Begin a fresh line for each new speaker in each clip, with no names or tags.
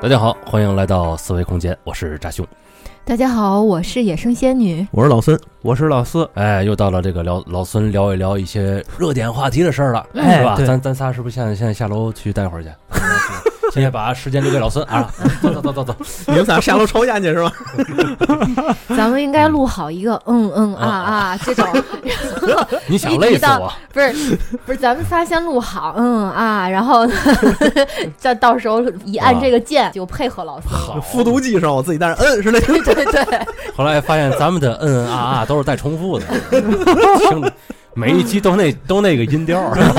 大家好，欢迎来到思维空间，我是扎兄。
大家好，我是野生仙 女。
我是老孙，
我是老四，
哎，又到了这个聊老孙聊一聊一些热点话题的事儿了，
哎
是吧？
对
咱咱仨是不是现在现在下楼去待会 儿去？现在把时间留给老孙啊！走走走走走，
你们仨下楼抽烟去是吧？
咱们应该录好一个嗯嗯啊啊这种，
你想累死 我？
不是不是，咱们仨先录好嗯啊，然后再 到时候一按这个键就配合老师。
好，
复读机 上我自己但是嗯是那
对对对，
后来发现咱们的嗯嗯啊啊都是带重 复的，听着每一集都那都那个音调儿。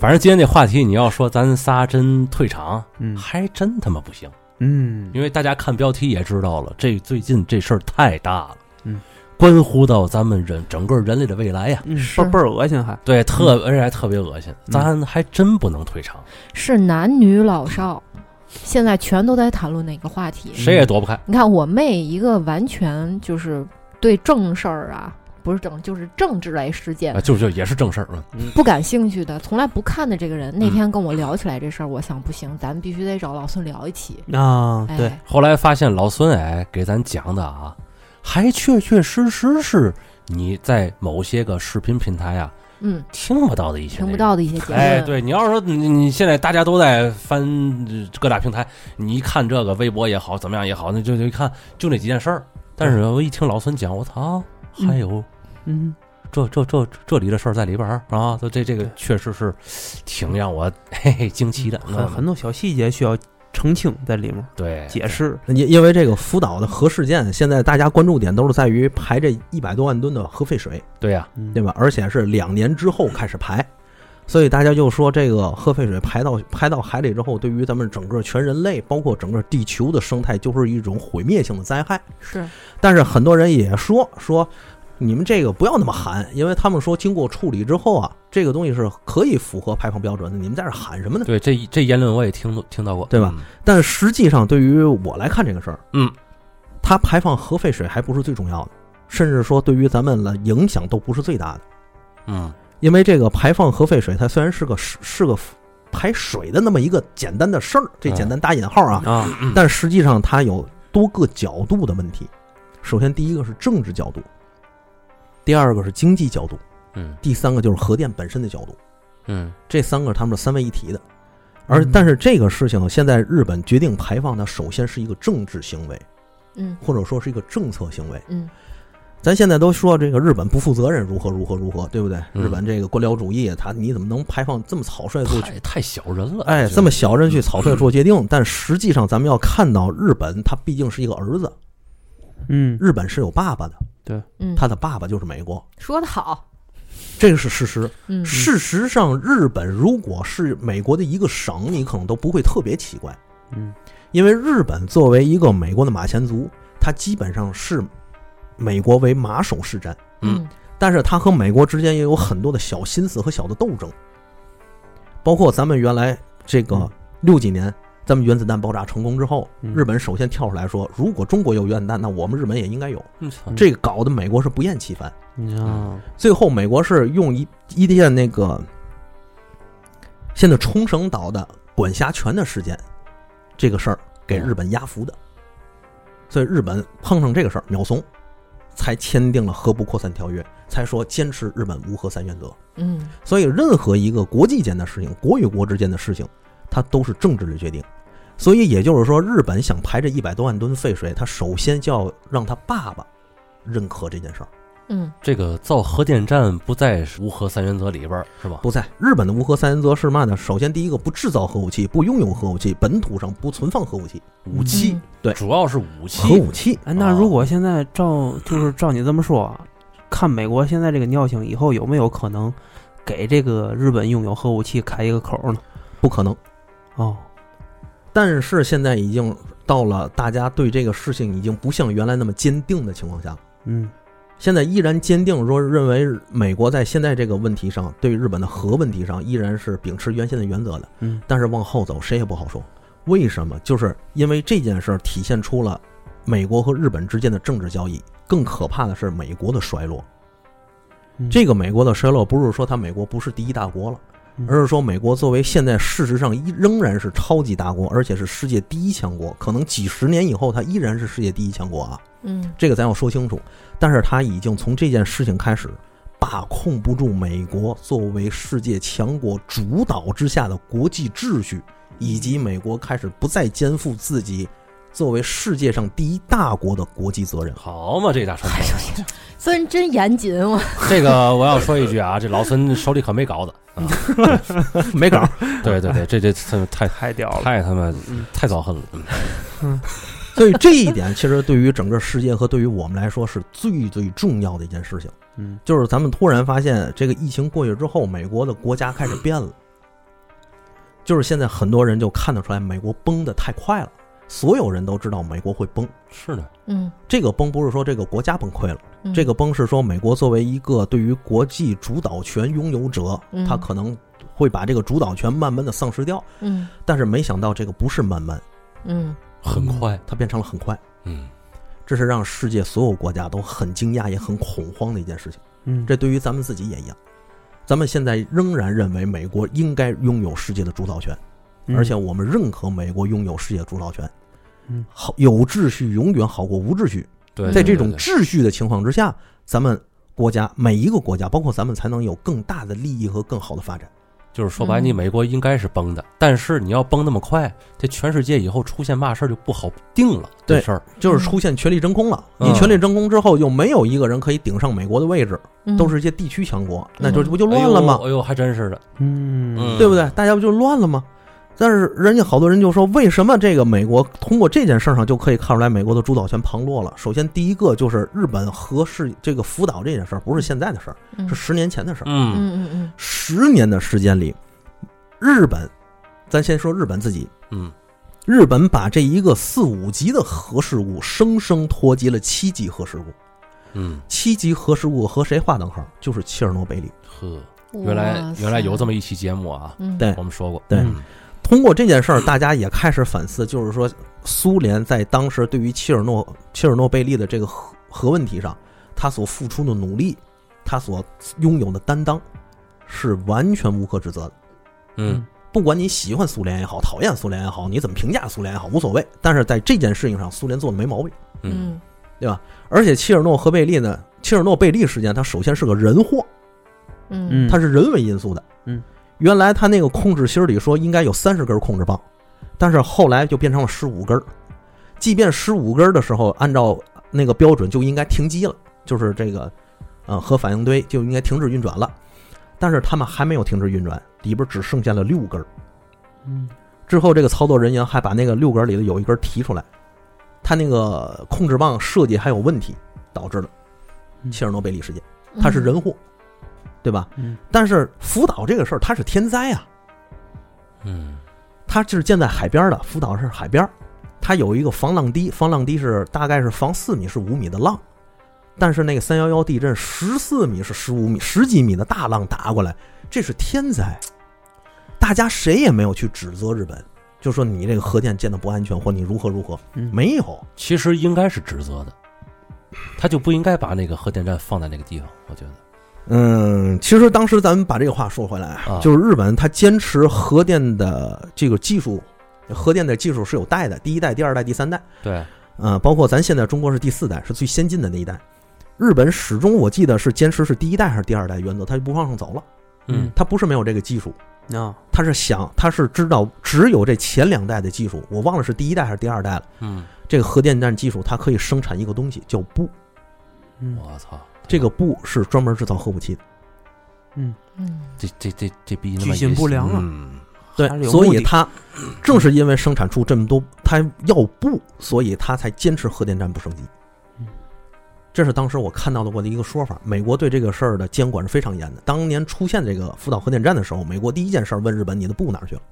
反正今天这话题，你要说咱仨真退场，
嗯
还真他妈不行，
嗯
因为大家看标题也知道了，这最近这事儿太大了，
嗯，
关乎到咱们人整个人类的未来呀。
嗯，
是
倍倍儿恶心还，
对，特而且还特别恶心，咱还真不能退场，
是男女老少，现在全都在谈论哪个话题？
谁也躲不开。
你看我妹一个完全就是对正事儿啊，不是正就是政治类事件
啊，就就也是正事儿，嗯
不感兴趣的，从来不看的这个人，那天跟我聊起来这事儿，我想不行，咱们必须得找老孙聊一起。
啊，对，
哎，
后来发现老孙哎给咱讲的啊，还确确实实是你在某些个视频平台啊
嗯，
听不到的一些内容
听不。到的一些结论，
哎，对，你要是说你你现在大家都在翻呃各大平台，你一看这个微博也好，怎么样也好，那就就一看就那几件事儿。但是我一听老孙讲，我操，还有
嗯，
这这这这里的事儿在里边儿啊，这这这个
对
确实是挺让我嘿嘿惊奇的。嗯
很很多小细节需要澄清在里面，
对，
解释，
因因为这个福岛的核事件，现在大家关注点都是在于排这一百多万吨的核废水，
对呀、
对
吧？
吧？而且是两年之后开始排，所以大家就说这个核废水排到排到海里之后，对于咱们整个全人类，包括整个地球的生态，就是一种毁灭性的灾害。
是
但是很多人也说说，你们这个不要那么喊，因为他们说经过处理之后啊，这个东西是可以符合排放标准的，你们在这喊什么呢？
对，这一这言论我也听听到过，
对吧
嗯？
但实际上，对于我来看这个事儿，
嗯，
它排放核废水还不是最重要的，甚至说对于咱们的影响都不是最大的，
嗯，
因为这个排放核废水，它虽然是个是是个排水的那么一个简单的事儿，这
嗯
简单打引号啊，
啊，
但实际上它有多个角度的问题。首先，第一个是政治角度，第二个是经济角度，
嗯
第三个就是核电本身的角度，
嗯
这三个是他们是三位一体的。而
嗯
但是这个事情，现在日本决定排放，它首先是一个政治行为，
嗯
或者说是一个政策行为。
嗯，
咱现在都说这个日本不负责任，如何如何如何，对不对？
嗯
日本这个官僚主义，它你怎么能排放这么草率做决？
太太小人了，我
哎，
觉得
这么小人去草率做决定，但实际上咱们要看到，日本它毕竟是一个儿子，
嗯，
日本是有爸爸的，
嗯，
他的爸爸就是美国，
说的好，
这个是事实。
嗯
事实上，日本如果是美国的一个省，你可能都不会特别奇怪，
嗯，
因为日本作为一个美国的马前卒，它基本上是美国为马首是瞻，
嗯
嗯
但是它和美国之间也有很多的小心思和小的斗争，包括咱们原来这个
嗯
六几年。咱们原子弹爆炸成功之后，
嗯
日本首先跳出来说，如果中国有原子弹，那我们日本也应该有。
嗯操
这个搞得美国是不厌其烦。
啊，
最后，美国是用一一件那个现在冲绳岛的管辖权的事件，这个事儿给日本压服的，所以日本碰上这个事儿秒怂，才签订了核不扩散条约，才说坚持日本无核三原则。
嗯
所以，任何一个国际间的事情，国与国之间的事情，它都是政治的决定。所以，也就是说，日本想排这一百多万吨废水，它首先就要让他爸爸认可这件事儿。
嗯
这个造核电站不在无核三原则里边儿是吧？
不在日本的无核三原则是嘛呢？首先，第一个不制造核武器，不拥有核武器，本土上不存放核武器，
武器
嗯
对
主要是武器
核武器
哎，那如果现在照就是照你这么说，啊看美国现在这个尿性，以后有没有可能给这个日本拥有核武器开一个口呢？
不可能。
哦，
但是现在已经到了大家对这个事情已经不像原来那么坚定的情况下，
嗯
现在依然坚定说认为美国在现在这个问题上对日本的核问题上依然是秉持原先的原则的。
嗯
但是往后走谁也不好说，为什么？就是因为这件事儿体现出了美国和日本之间的政治交易。更可怕的是美国的衰落。
嗯
这个美国的衰落不是说它美国不是第一大国了，
嗯
而是说美国作为现在事实上依仍然是超级大国，而且是世界第一强国，可能几十年以后它依然是世界第一强国啊，
嗯
这个咱要说清楚。但是它已经从这件事情开始，把控不住美国作为世界强国主导之下的国际秩序，以及美国开始不再肩负自己作为世界上第一大国的国际 责任。
好嘛，这大川 普，
孙真严谨，我
这个我要说一句啊， 这老孙手里可没稿子啊，
没稿，
对对 对，这这次太
太屌了，
太他妈
嗯
太遭恨了，嗯
所以这一点其实对于整个世界和对于我们来说是最最重要的一件事情。
嗯
就是咱们突然发现，这个疫情过去之后，美国的国家开始变了。就是现在很多人就看得出来，美国崩的太快了。所有人都知道美国会崩，
是的，
嗯，
这个崩不是说这个国家崩溃了，
嗯
这个崩是说美国作为一个对于国际主导权拥有者
嗯，
他可能会把这个主导权慢慢的丧失掉。
嗯
但是没想到这个不是慢慢，
嗯
很快，
它变成了很快，
嗯，
这是让世界所有国家都很惊讶也很恐慌的一件事情。
嗯，
这对于咱们自己也一样。咱们现在仍然认为美国应该拥有世界的主导权，
嗯
而且我们认可美国拥有世界的主导权
嗯。
好，有秩序永远好过无秩序。
对，对
在这
对
种
对
秩序的情况之下，咱们国家每一个国家，包括咱们，才能有更大的利益和更好的发展。
就是说白，你
嗯
美国应该是崩的，但是你要崩那么快，这全世界以后出现嘛事儿就不好定了，这
对
事儿
就是出现权力真空了。
嗯
你权力真空之后，又没有一个人可以顶上美国的位置，
嗯，
都是一些地区强国，那
嗯
就这不就乱了吗
哎呦？哎呦，还真是的，
嗯
嗯
对不对？大家不就乱了吗？但是人家好多人就说，为什么这个美国通过这件事儿上就可以看出来美国的主导权旁落了？首先，第一个就是日本核试这个福岛这件事儿不是现在的事儿，
嗯
是十年前的事儿。
嗯
嗯嗯嗯
十年的时间里，日本，咱先说日本自己，
嗯，
日本把这一个四五级的核事故生生脱及了七级核事故。
嗯，
七级核事故和谁划等号？就是切尔诺贝利。
呵，
嗯，
原来
哇塞
原来有这么一期节目啊，
嗯
对
我们说过，
对
嗯
通过这件事儿，大家也开始反思，就是说，苏联在当时对于切尔诺切尔诺贝利的这个核核问题上，他所付出的努力，他所拥有的担当，是完全无可指责的。
嗯，
不管你喜欢苏联也好，讨厌苏联也好，你怎么评价苏联也好，无所谓。但是在这件事情上，苏联做的没毛病。
嗯
嗯
而且切尔诺和贝利呢，切尔诺贝利事件，它首先是个人祸，
嗯
嗯，
它是人为因素的。
嗯，
原来他那个控制芯儿里说应该有三十根控制棒，但是后来就变成了十五根儿。即便十五根儿的时候，按照那个标准就应该停机了，就是这个，呃，核反应堆就应该停止运转了。但是他们还没有停止运转，里边只剩下了六根儿。
嗯
之后，这个操作人员还把那个六根儿里的有一根儿提出来，他那个控制棒设计还有问题，导致了
嗯
切尔诺贝利事件。
嗯
它是人祸，对吧？
嗯
但是福岛这个事儿，它是天灾啊，
嗯
它是建在海边儿的，福岛是海边儿，它有一个防浪堤，防浪堤是大概是防四米是五米的浪，但是那个三幺幺地震十四米是十五米十几米的大浪打过来，这是天灾，大家谁也没有去指责日本，就说你这个核电建的不安全，或你如何如何，
嗯，
没有，
其实应该是指责的，他就不应该把那个核电站放在那个地方，我觉得，
嗯，其实当时咱们把这个话说回来，
啊
就是日本它坚持核电的这个技术，核电的技术是有代的，第一代、第二代、第三代，
对，
呃，包括咱现在中国是第四代，是最先进的那一代。日本始终我记得是坚持是第一代还是第二代原则，它就不往上走了。
嗯
它不是没有这个技术，
啊，
它是想，它是知道只有这前两代的技术，我忘了是第一代还是第二代了。
嗯，
这个核电站技术它可以生产一个东西叫布，
嗯
我操，
这个布是专门制造核武器的。
嗯，
嗯
这这这这逼
居心不良啊
嗯
对
还是，有
所
目
以
的
他正是因为生产出这么多，他要不，所以他才坚持核电站不升级
嗯。
这是当时我看到的过的一个说法。美国对这个事儿的监管是非常严的。当年出现这个福岛核电站的时候，美国第一件事儿问日本：“你的布哪儿去了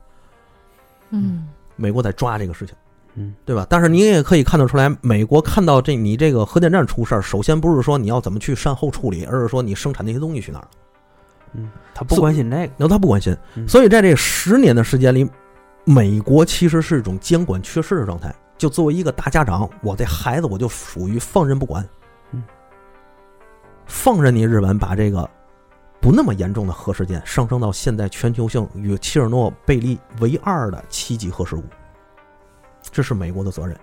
嗯？”
美国在抓这个事情，
嗯，
对吧？但是你也可以看得出来，美国看到这你这个核电站出事儿，首先不是说你要怎么去善后处理，而是说你生产那些东西去哪儿了。
他不关心这个，
然后他不关心，
嗯
所以在这十年的时间里，美国其实是一种监管缺失的状态。就作为一个大家长，我这孩子我就属于放任不管
嗯，
放任你日本把这个不那么严重的核事件上升到现在全球性与切尔诺贝利为二的七级核事故，这是美国的责任。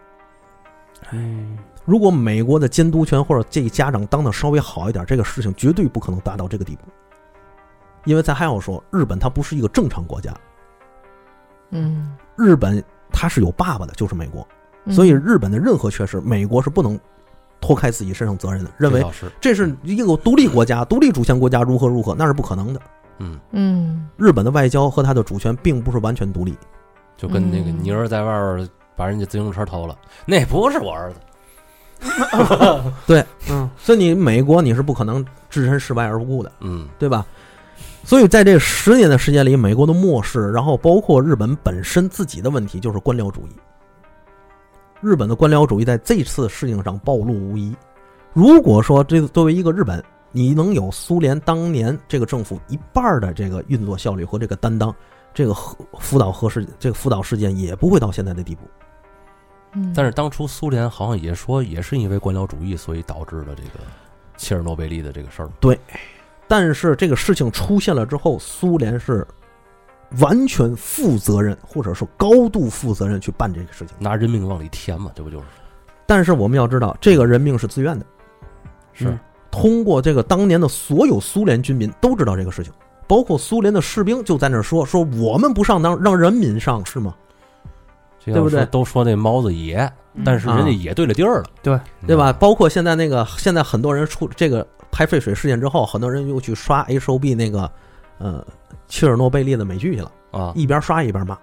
嗯，
如果美国的监督权或者这个家长当的稍微好一点，这个事情绝对不可能达到这个地步。因为咱还要说，日本它不是一个正常国家，
嗯，
日本它是有爸爸的，就是美国，
嗯
所以日本的任何缺失，美国是不能脱开自己身上责任的，嗯认为
老师，
这是一个独立国家、独立主权国家如何如何，那是不可能的。
嗯，
嗯
日本的外交和它的主权并不是完全独立，
就跟那个
嗯
妮儿在外边把人家自行车偷了，那不是我儿子，
嗯，
所以你美国你是不可能置身事外而不顾的。
嗯
对吧？所以在这十年的时间里，美国的漠视，然后包括日本本身自己的问题，就是官僚主义。日本的官僚主义在这次事情上暴露无遗。如果说这个作为一个日本，你能有苏联当年这个政府一半儿的这个运作效率和这个担当，这个核福岛核事这个福岛事件也不会到现在的地步。
嗯，
但是当初苏联好像也说，也是因为官僚主义，所以导致了这个切尔诺贝利的这个事儿。
但是这个事情出现了之后，苏联是完全负责任，或者说高度负责任去办这个事情。
拿人命往里填嘛，这不就是？
但是我们要知道，这个人命是自愿的，
是
嗯
通过这个当年的所有苏联军民都知道这个事情，包括苏联的士兵就在那儿说说我们不上当，让人民上是吗？
这
对
要
不
说
对
都说那猫子野，
嗯
但是人家也对了地儿了，
对
对吧？？包括现在那个现在很多人出这个拍废水事件之后，很多人又去刷 H O B 那个呃切尔诺贝利的美剧去了，
啊，
一边刷一边骂。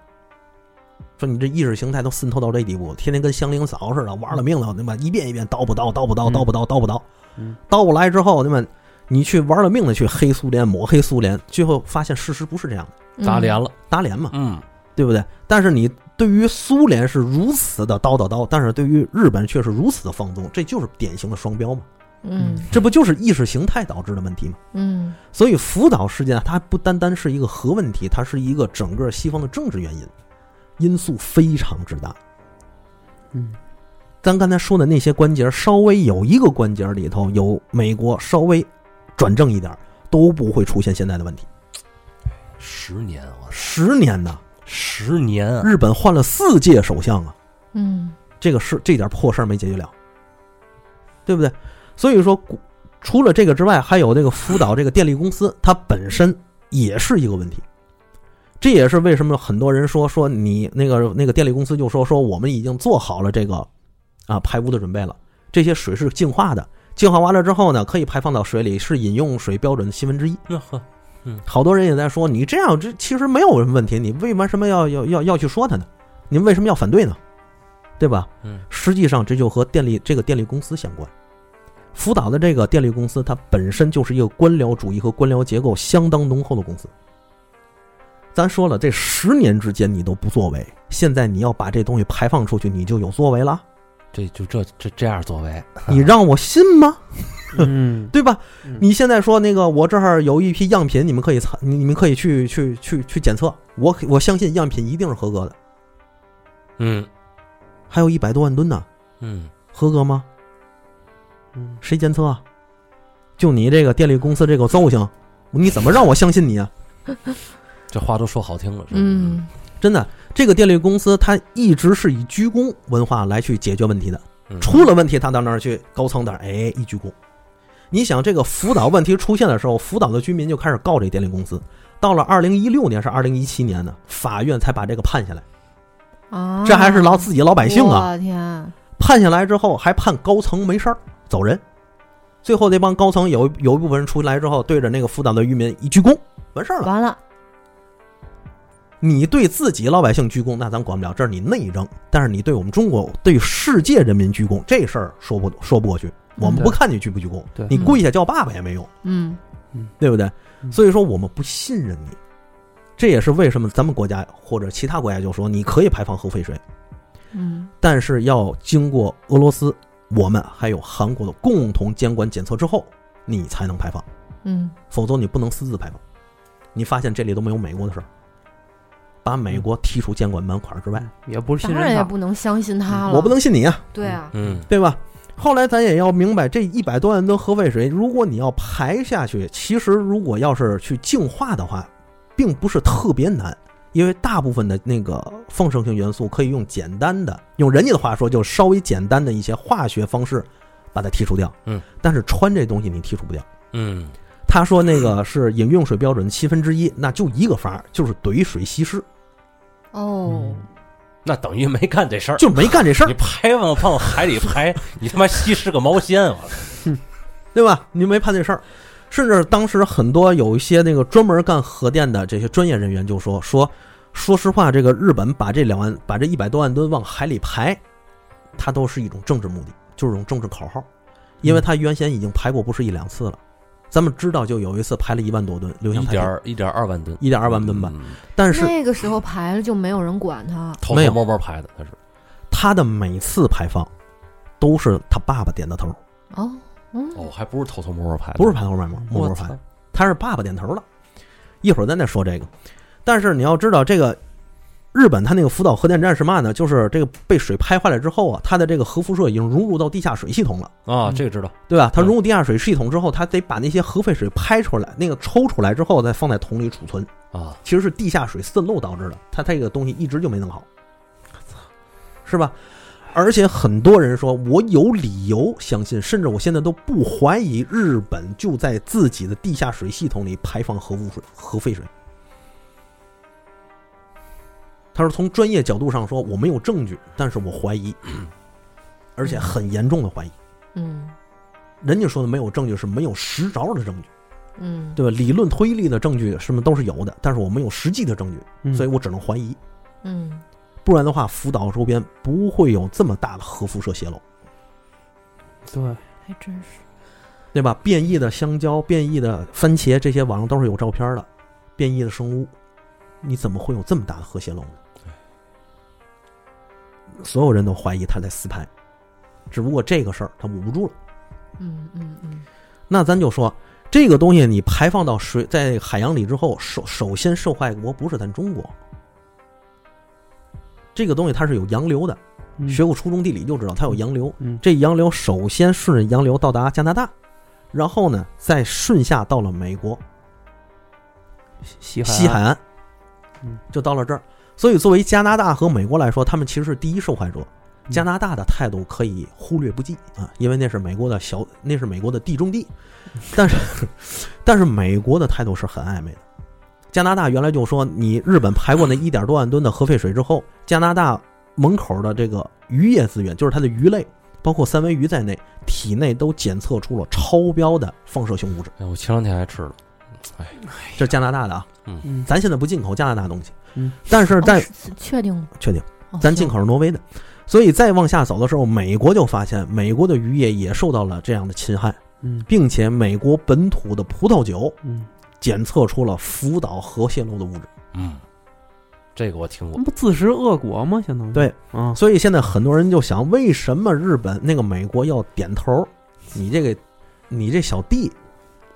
说你这意识形态都渗透到这地步，天天跟香菱嫂似的，玩了命了，对吧？一遍一遍叨不叨，叨不叨，
嗯
叨不叨，叨不叨。
嗯
到我来之后，那么你去玩了命的去黑苏联、抹黑苏联，最后发现事实不是这样的，
嗯
打脸了，
打脸嘛，
嗯，
对不对？但是你对于苏联是如此的叨叨叨，但是对于日本却是如此的放纵，这就是典型的双标嘛，
嗯，
这不就是意识形态导致的问题吗？
嗯
所以福岛事件它不单单是一个核问题，它是一个整个西方的政治原因，因素非常之大。
嗯
咱刚才说的那些关节，稍微有一个关节里头有美国稍微转正一点儿，都不会出现现在的问题。
十年我操，
十年呐，
十年啊，
日本换了四届首相啊，
嗯
这个事这点破事儿没解决了，对不对？所以说，古除了这个之外，还有这个福岛这个电力公司，它本身也是一个问题。这也是为什么很多人说说你那个那个电力公司就说说我们已经做好了这个啊排污的准备了，这些水是净化的，净化完了之后呢，可以排放到水里，是饮用水标准的新闻之一。
那呵，
好多人也在说，你这样这其实没有什么问题，你为什么要要要要去说它呢？您为什么要反对呢？对吧？
嗯，
实际上这就和电力这个电力公司相关。福岛的这个电力公司，它本身就是一个官僚主义和官僚结构相当浓厚的公司。咱说了，这十年之间你都不作为，现在你要把这东西排放出去，你就有作为了。
这就这这这样作为，
你让我信吗？
嗯，
对吧？
嗯
你现在说那个，我这儿有一批样品，你们可以参，你你们可以去去去去检测，我可我相信样品一定是合格的，
嗯
还有一百多万吨呢，
嗯，
合格吗？
嗯
谁监测啊？就你这个电力公司这个造型，你怎么让我相信你啊？
这话都说好听了，是吧
嗯，
真的，这个电力公司它一直是以鞠躬文化来去解决问题的，
嗯
出了问题他到那儿去高层那儿哎一鞠躬。你想这个福岛问题出现的时候，福岛的居民就开始告这电力公司。到了二零一六年是二零一七年呢，法院才把这个判下来。
啊，
这还是老自己老百姓啊！
我天，
判下来之后还判高层没事儿走人，最后那帮高层有有一部分人出来之后，对着那个辅导的渔民一鞠躬，完事儿了。
完了，
你对自己老百姓鞠躬，那咱管不了，这是你内政；但是你对我们中国、对世界人民鞠躬，这事儿说不说不过去。我们不看你鞠不鞠躬
嗯对，
你跪下叫爸爸也没用，
嗯
对不对？
嗯
所以说我们不信任你，这也是为什么咱们国家或者其他国家就说你可以排放核废水，
嗯
但是要经过俄罗斯、我们还有韩国的共同监管检测之后，你才能排放，
嗯
否则你不能私自排放。你发现这里都没有美国的事儿，把美国踢出监管门槛儿之外，
也不是
当
信
然
任
也
他，
嗯
不能相信他了，
我不能信你啊，
对啊，
嗯
对吧？后来咱也要明白，这一百多万吨核废水，如果你要排下去，其实如果要是去净化的话，并不是特别难，因为大部分的那个放射性元素可以用简单的，用人家的话说，就稍微简单的一些化学方式把它剔除掉。
嗯，
但是氚这东西你剔除不掉。
嗯
他说那个是饮用水标准七分之一，那就一个法儿，就是怼水稀释，
哦，
嗯
那等于没干这事儿。
就没干这事儿
你，拍往往海里拍， 你他妈稀释个毛线！我操！
对吧？你没判这事儿，甚至当时很多有一些那个专门干核电的这些专业人员就说说，说实话，这个日本把这两万把这一百多万吨往海里排，它都是一种政治目的，就是一种政治口号，因为它原先已经排过不是一两次了，咱们知道就有一次排了一万多吨，流向
一
太平
点儿一点儿二万吨，
一点二万吨吧，
嗯，
但是
那个时候排了就没有人管他，
偷
没
偷
有
摸摸拍的，他是
它的每次排放都是他爸爸点的头，
哦，嗯，
哦，还不是偷偷摸摸拍的，
不是排头卖吗？摸
我
摸
操
排。他是爸爸点头了。一会儿咱再说这个。但是你要知道，这个日本它那个福岛核电站是嘛呢？就是这个被水拍坏了之后啊，它的这个核辐射已经融入到地下水系统了，
啊，
嗯
这个知道。
对吧？它
嗯
融入地下水系统之后，它得把那些核废水拍出来，那个抽出来之后再放在桶里储存，
啊，
其实是地下水渗漏导致的。它这个东西一直就没弄好，是吧？而且很多人说，我有理由相信，甚至我现在都不怀疑，日本就在自己的地下水系统里排放核污水、核废水。他说，从专业角度上说，我没有证据，但是我怀疑，而且很严重的怀疑。
嗯
人家说的没有证据是没有实着的证据，
嗯，
对吧？理论推理的证据什么都是有的，但是我没有实际的证据，
嗯
所以我只能怀疑。
嗯，
不然的话，福岛周边不会有这么大的核辐射泄漏，
对，
还真是，
对吧？变异的香蕉、变异的番茄，这些网上都是有照片的，变异的生物，你怎么会有这么大的核泄漏呢？所有人都怀疑他在私拍，只不过这个事儿他捂不住了。
嗯嗯嗯，
那咱就说，这个东西你排放到水在海洋里之后，首首先受害国不是咱中国，这个东西它是有洋流的，
嗯
学过初中地理就知道它有洋流，
嗯
这洋流首先顺着洋流到达加拿大，然后呢，再顺下到了美国
西海
西海岸
啊嗯，
就到了这儿。所以，作为加拿大和美国来说，他们其实是第一受害者。加拿大的态度可以忽略不计啊，因为那是美国的小，那是美国的地中地。但是，但是美国的态度是很暧昧的。加拿大原来就说，你日本排过那一点多万吨的核废水之后，加拿大门口的这个渔业资源，就是它的鱼类，包括三文鱼在内，体内都检测出了超标的放射性物质。
哎，我前两天还吃了，
这是加拿大的啊，
嗯，
咱现在不进口加拿大东西
嗯，
但是在
哦是确定吗？
确定。
哦
咱进口是挪威的，所以再往下走的时候，美国就发现美国的渔业也受到了这样的侵害，
嗯
并且美国本土的葡萄酒
嗯，
检测出了福岛核泄漏的物质，
嗯，这个我听过
那。不自食恶果吗？相当于
对，
啊，
所以现在很多人就想，为什么日本那个美国要点头？你这个，你这小弟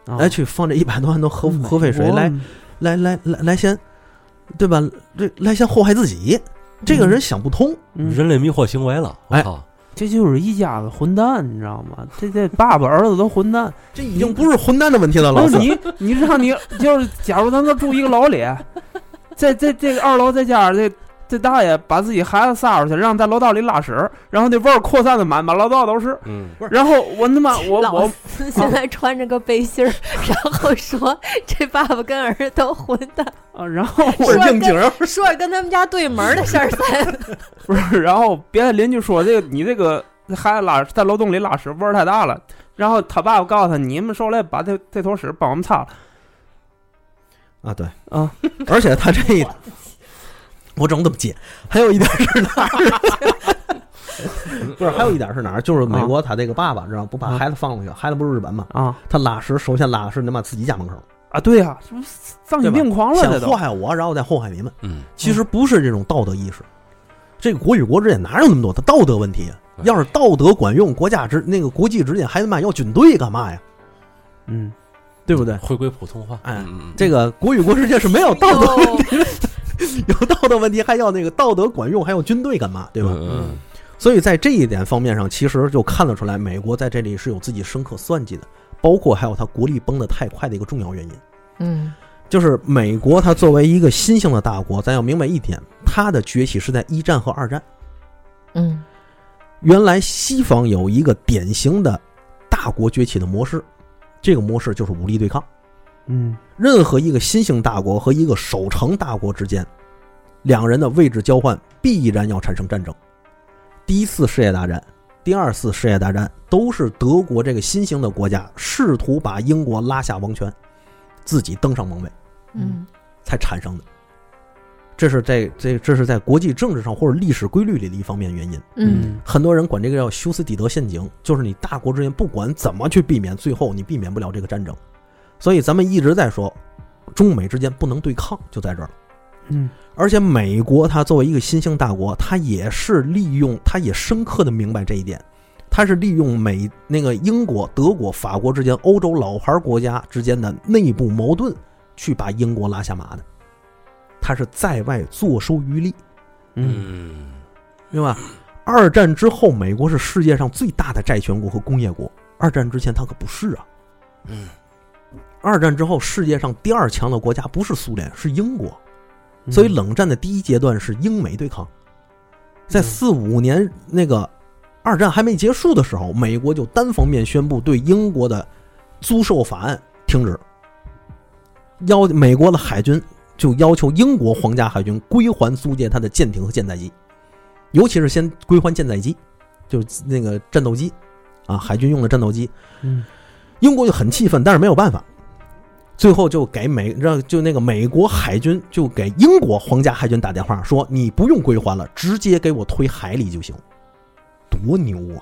啊
来去放这一百多万吨核核废水，来，来来来来先，对吧？这来先祸害自己，这个人想不通，
嗯
人类迷惑行为了，我
哎
操！
这就是一家子混蛋，你知道吗？这这爸爸儿子都混蛋，
这已经不是混蛋的问题了，老
不
子
是。你，你让你就是，假如咱们住一个楼里，这这这个二楼这家这这大爷把自己孩子撒出去，让在楼道里拉屎，然后那味儿扩散的满满楼道都是。
嗯，
然后我他妈啊我
老
我
四现
哦
在穿着个背心儿，然后说这爸爸跟儿子都混蛋，
啊，然后
不
我
是应景儿，
说着跟他们家对门儿的事儿
哦
在，
不是，然后别的邻居说这个你这个孩子拉在楼洞里拉屎味儿太大了，然后他爸爸告诉他你们过来把这这坨屎帮我们擦了
啊，对，
啊，
而且他这一，我整这么接。还有一点是哪儿？不是，还有一点是哪儿？就是美国他这个爸爸知道不把
啊
孩子放出去，孩子不是日本嘛？
啊
他拉屎首先拉的是他妈自己家门口，
啊对呀、这不丧心
对吧
病狂了
想
这
祸
都
害我，然后再祸害你们。
嗯，
其实不是这种道德意识，这个国与国之间哪有那么多的道德问题啊？
对
要是道德管用，国家之那个国际之间还他妈要军队干嘛呀？
嗯
对不对？
回归普通话，
哎
嗯，嗯
这个国与国之间是没有道德，
哟
有道德问题还要那个道德管用，还要军队干嘛？对吧？
嗯嗯嗯
所以在这一点方面上，其实就看得出来，美国在这里是有自己深刻算计的，包括还有它国力崩得太快的一个重要原因。
嗯
就是美国，它作为一个新兴的大国，咱要明白一点，它的崛起是在一战和二战。
嗯
原来西方有一个典型的大国崛起的模式，这个模式就是武力对抗。
嗯
任何一个新兴大国和一个守成大国之间，两人的位置交换必然要产生战争。第一次世界大战、第二次世界大战都是德国这个新兴的国家试图把英国拉下王权，自己登上王位。
嗯
才产生的。这是在这这是在国际政治上或者历史规律里的一方面原因。
嗯
很多人管这个叫修斯底德陷阱，就是你大国之间不管怎么去避免，最后你避免不了这个战争。所以咱们一直在说，中美之间不能对抗，就在这儿。
嗯
而且美国它作为一个新兴大国，它也是利用，它也深刻的明白这一点，它是利用美那个英国、德国、法国之间欧洲老牌国家之间的内部矛盾，去把英国拉下马的，它是在外坐收渔利，
嗯
嗯
明白吧？二战之后，美国是世界上最大的债权国和工业国，二战之前它可不是啊。
嗯，
二战之后，世界上第二强的国家不是苏联，是英国。所以冷战的第一阶段是英美对抗，在
嗯
四五年那个二战还没结束的时候，美国就单方面宣布对英国的租售法案停止，要美国的海军就要求英国皇家海军归还租借他的舰艇和舰载机，尤其是先归还舰载机，就是那个战斗机啊，海军用的战斗机，
嗯
英国就很气愤，但是没有办法，最后就给美让就那个美国海军就给英国皇家海军打电话说，你不用归还了，直接给我推海里就行，多牛啊！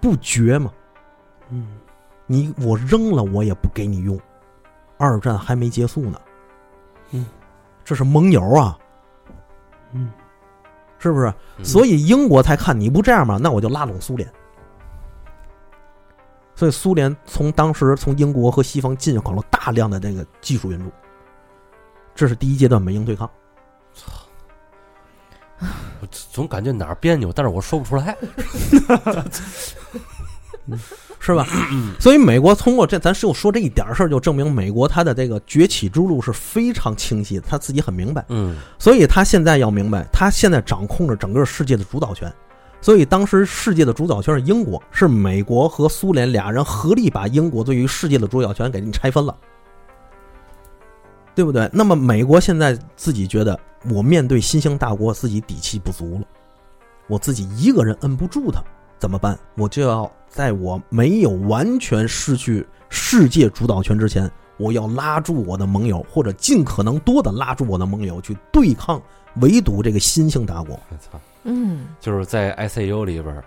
不绝吗？
嗯
你我扔了我也不给你用，二战还没结束呢，
嗯，
这是盟友啊，
嗯
是不是？所以英国才看你不这样嘛，那我就拉拢苏联。所以苏联从当时从英国和西方进口了大量的那个技术援助，这是第一阶段美英对抗。
我总感觉哪儿别扭，但是我说不出来。
是吧？ 所以美国通过这，咱就说这一点事儿，就证明美国它的这个崛起之路是非常清晰的，他自己很明白。
嗯
所以他现在要明白，他现在掌控着整个世界的主导权。所以当时世界的主导权是英国，是美国和苏联俩人合力把英国对于世界的主导权给你拆分了，对不对？那么美国现在自己觉得，我面对新兴大国，自己底气不足了，我自己一个人摁不住他，怎么办？我就要在我没有完全失去世界主导权之前，我要拉住我的盟友，或者尽可能多的拉住我的盟友去对抗围堵这个新兴大 国。
我操，
嗯
就是在 ICU 里边儿，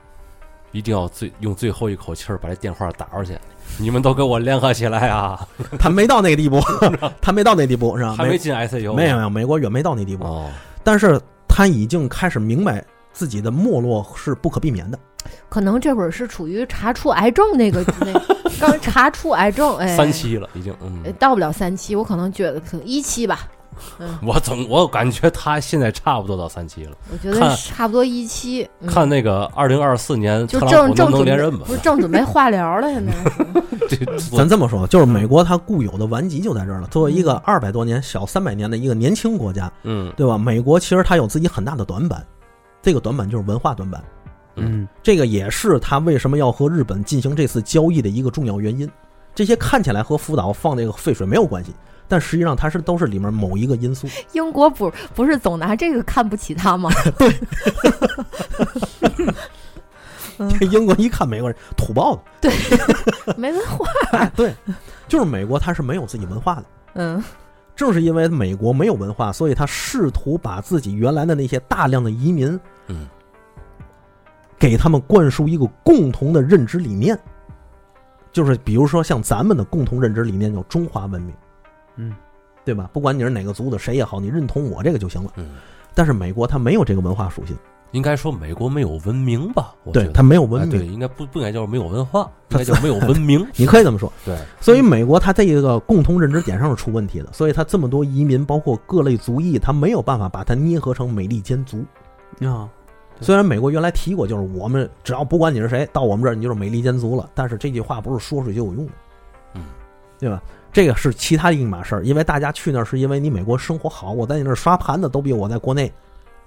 一定要最用最后一口气儿把这电话打出去。你们都给我联合起来啊！
他没到那个地步，他啊没到那地步是吧？
还没
美
进 ICU，
没有没有，美国远没到那地步，
哦，
但是他已经开始明白自己的没落是不可避免的。
可能这会儿是处于查出癌症那个 那刚查出癌症，哎，
三期了已经。
呃
嗯，
到不了三期，我可能觉得可能一期吧，
我总我感觉他现在差不多到三期了。
我觉得
看
差不多一期。嗯、
看那个二零二四年
就
特朗
正
普能
正
不能
准
连
备
任吧
不？是正准备化疗了， 现在是
这
咱这么说，就是美国它固有的顽疾就在这儿了。作为一个二百多年、小三百年的一个年轻国家，
嗯
对吧？美国其实它有自己很大的短板，这个短板就是文化短板。
嗯
这个也是他为什么要和日本进行这次交易的一个重要原因。这些看起来和福岛放那个废水没有关系，但实际上它是都是里面某一个因素。
英国不不是总拿这个看不起他吗？ 嗯哎
英国一看美国人土包子，
没文化，
哎对，就是美国它是没有自己文化的。
嗯
正是因为美国没有文化，所以他试图把自己原来的那些大量的移民，
嗯，
给他们灌输一个共同的认知理念，就是比如说像咱们的共同认知理念叫中华文明，
嗯，
对吧？不管你是哪个族的，谁也好，你认同我这个就行了。
嗯，
但是美国它没有这个文化属性，
应该说美国没有文明吧？我觉
对
得
它没有文
哎对，
明，
应该不不应该叫没有文化，应该叫没有文明。
你可以这么说。
对，
所以美国它在一个共同认知点上是出问题的，所以它这么多移民，包括各类族裔，它没有办法把它捏合成美利坚族。
啊
虽然美国原来提过，就是我们只要不管你是谁，到我们这儿你就是美利坚族了，但是这句话不是说出去就有用的，
嗯，
对吧？这个是其他一码事儿，因为大家去那儿是因为你美国生活好，我在你那儿刷盘子都比我在国内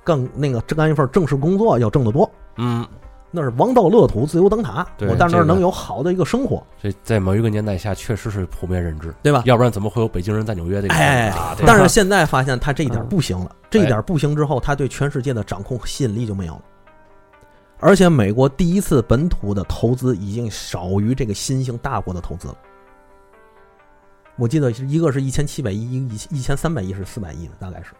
干那个干一份正式工作要挣得多，
嗯，
那是王道乐土自由灯塔，
对
我到那
这个
儿能有好的一个生活，
这在某一个年代下确实是普遍认知，
对吧？
要不然怎么会有北京人在纽约这个事
哎
儿啊？对吧
但是现在发现他这一点不行了，这一点不行之后，他对全世界的掌控吸引力就没有了。而且美国第一次本土的投资已经少于这个新兴大国的投资了。我记得是一个是一千七百亿，一一千三百亿是四百亿的，大概是，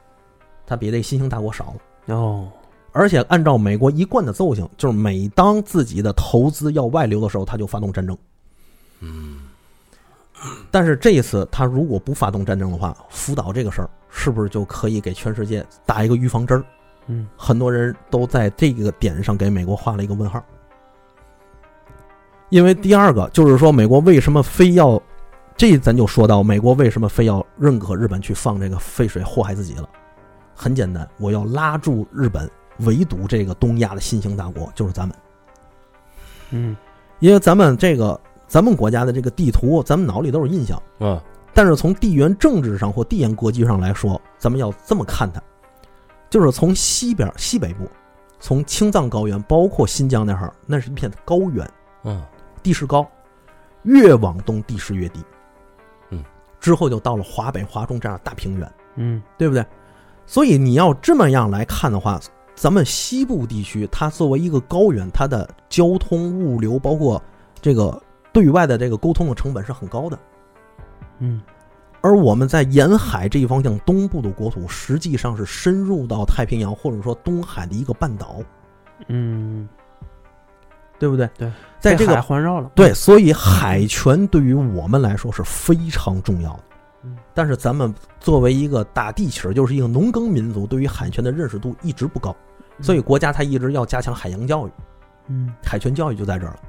它比这个新兴大国少了。
哦，
而且按照美国一贯的奏性，就是每当自己的投资要外流的时候，他就发动战争。嗯，但是这一次他如果不发动战争的话，福岛这个事儿是不是就可以给全世界打一个预防针儿？
嗯，
很多人都在这个点上给美国画了一个问号。因为第二个就是说，美国为什么非要这咱就说到美国为什么非要认可日本去放这个废水祸害自己了？很简单，我要拉住日本围堵这个东亚的新兴大国，就是咱们，
嗯，
因为咱们这个咱们国家的这个地图，咱们脑里都有印象。
嗯，
但是从地缘政治上或地缘格局上来说，咱们要这么看它，就是从西边西北部，从青藏高原，包括新疆那哈儿，那是一片高原，
嗯
地势高，越往东地势越低。
嗯，
之后就到了华北、华中这样的大平原，
嗯，
对不对？所以你要这么样来看的话，咱们西部地区它作为一个高原，它的交通、物流，包括这个对外的这个沟通的成本是很高的。
嗯，
而我们在沿海这一方向东部的国土，实际上是深入到太平洋或者说东海的一个半岛，
嗯，
对不对？
对，
在这
被海
个
环绕了，
对，所以海权对于我们来说是非常重要的
嗯。
但是咱们作为一个打地起儿，就是一个农耕民族，对于海权的认识度一直不高，
嗯
所以国家它一直要加强海洋教育，
嗯
海权教育就在这儿了。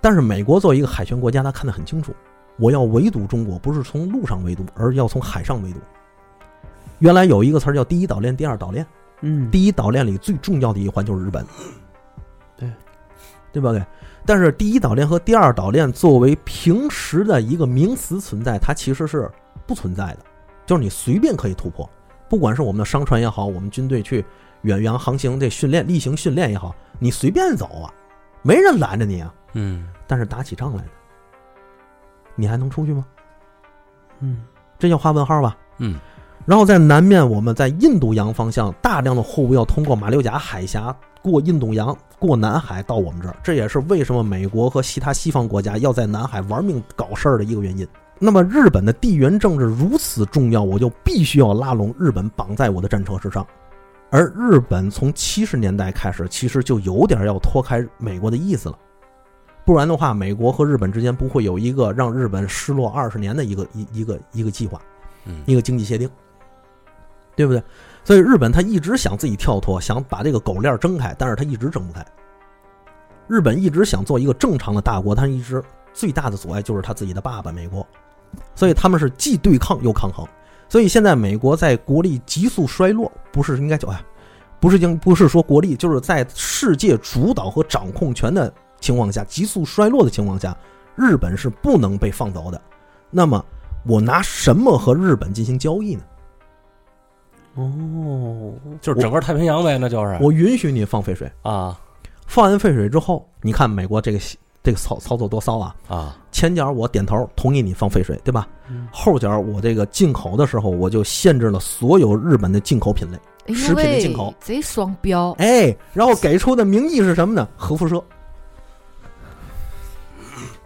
但是美国作为一个海权国家，他看得很清楚，我要围堵中国，不是从陆上围堵，而要从海上围堵。原来有一个词儿叫“第一岛链”“第二岛链”，
嗯，
第一岛链里最重要的一环就是日本，
对，
对吧？对。但是第一岛链和第二岛链作为平时的一个名词存在，它其实是不存在的，就是你随便可以突破，不管是我们的商船也好，我们军队去远洋航行这训练、例行训练也好，你随便走啊，没人拦着你啊。
嗯，
但是打起仗来了，你还能出去吗？
嗯
这叫画问号吧？
嗯。
然后在南面，我们在印度洋方向，大量的货物要通过马六甲海峡，过印度洋，过南海到我们这儿。这也是为什么美国和其他西方国家要在南海玩命搞事儿的一个原因。那么，日本的地缘政治如此重要，我就必须要拉拢日本，绑在我的战车之上。而日本从七十年代开始，其实就有点要脱开美国的意思了，不然的话，美国和日本之间不会有一个让日本失落二十年的一个一一个一个计划。
嗯
一个经济协定，对不对？所以日本他一直想自己跳脱，想把这个狗链儿挣开，但是他一直挣不开。日本一直想做一个正常的大国，但是一直最大的阻碍就是他自己的爸爸美国，所以他们是既对抗又抗衡。所以现在美国在国力急速衰落，不是应该叫哎，不是应不是说国力，就是在世界主导和掌控权的情况下，急速衰落的情况下，日本是不能被放走的。那么我拿什么和日本进行交易呢？
哦，
嗯就是整个太平洋呗，那就是
我允许你放废水，
啊
放完废水之后，你看美国这个这个操操作多骚啊！
啊，
前脚我点头同意你放废水，对吧？
嗯
后脚我这个进口的时候，我就限制了所有日本的进口品类，
哎
食
呦
品的进
喂
口，
贼双标，
哎，然后给出的名义是什么呢？核辐射。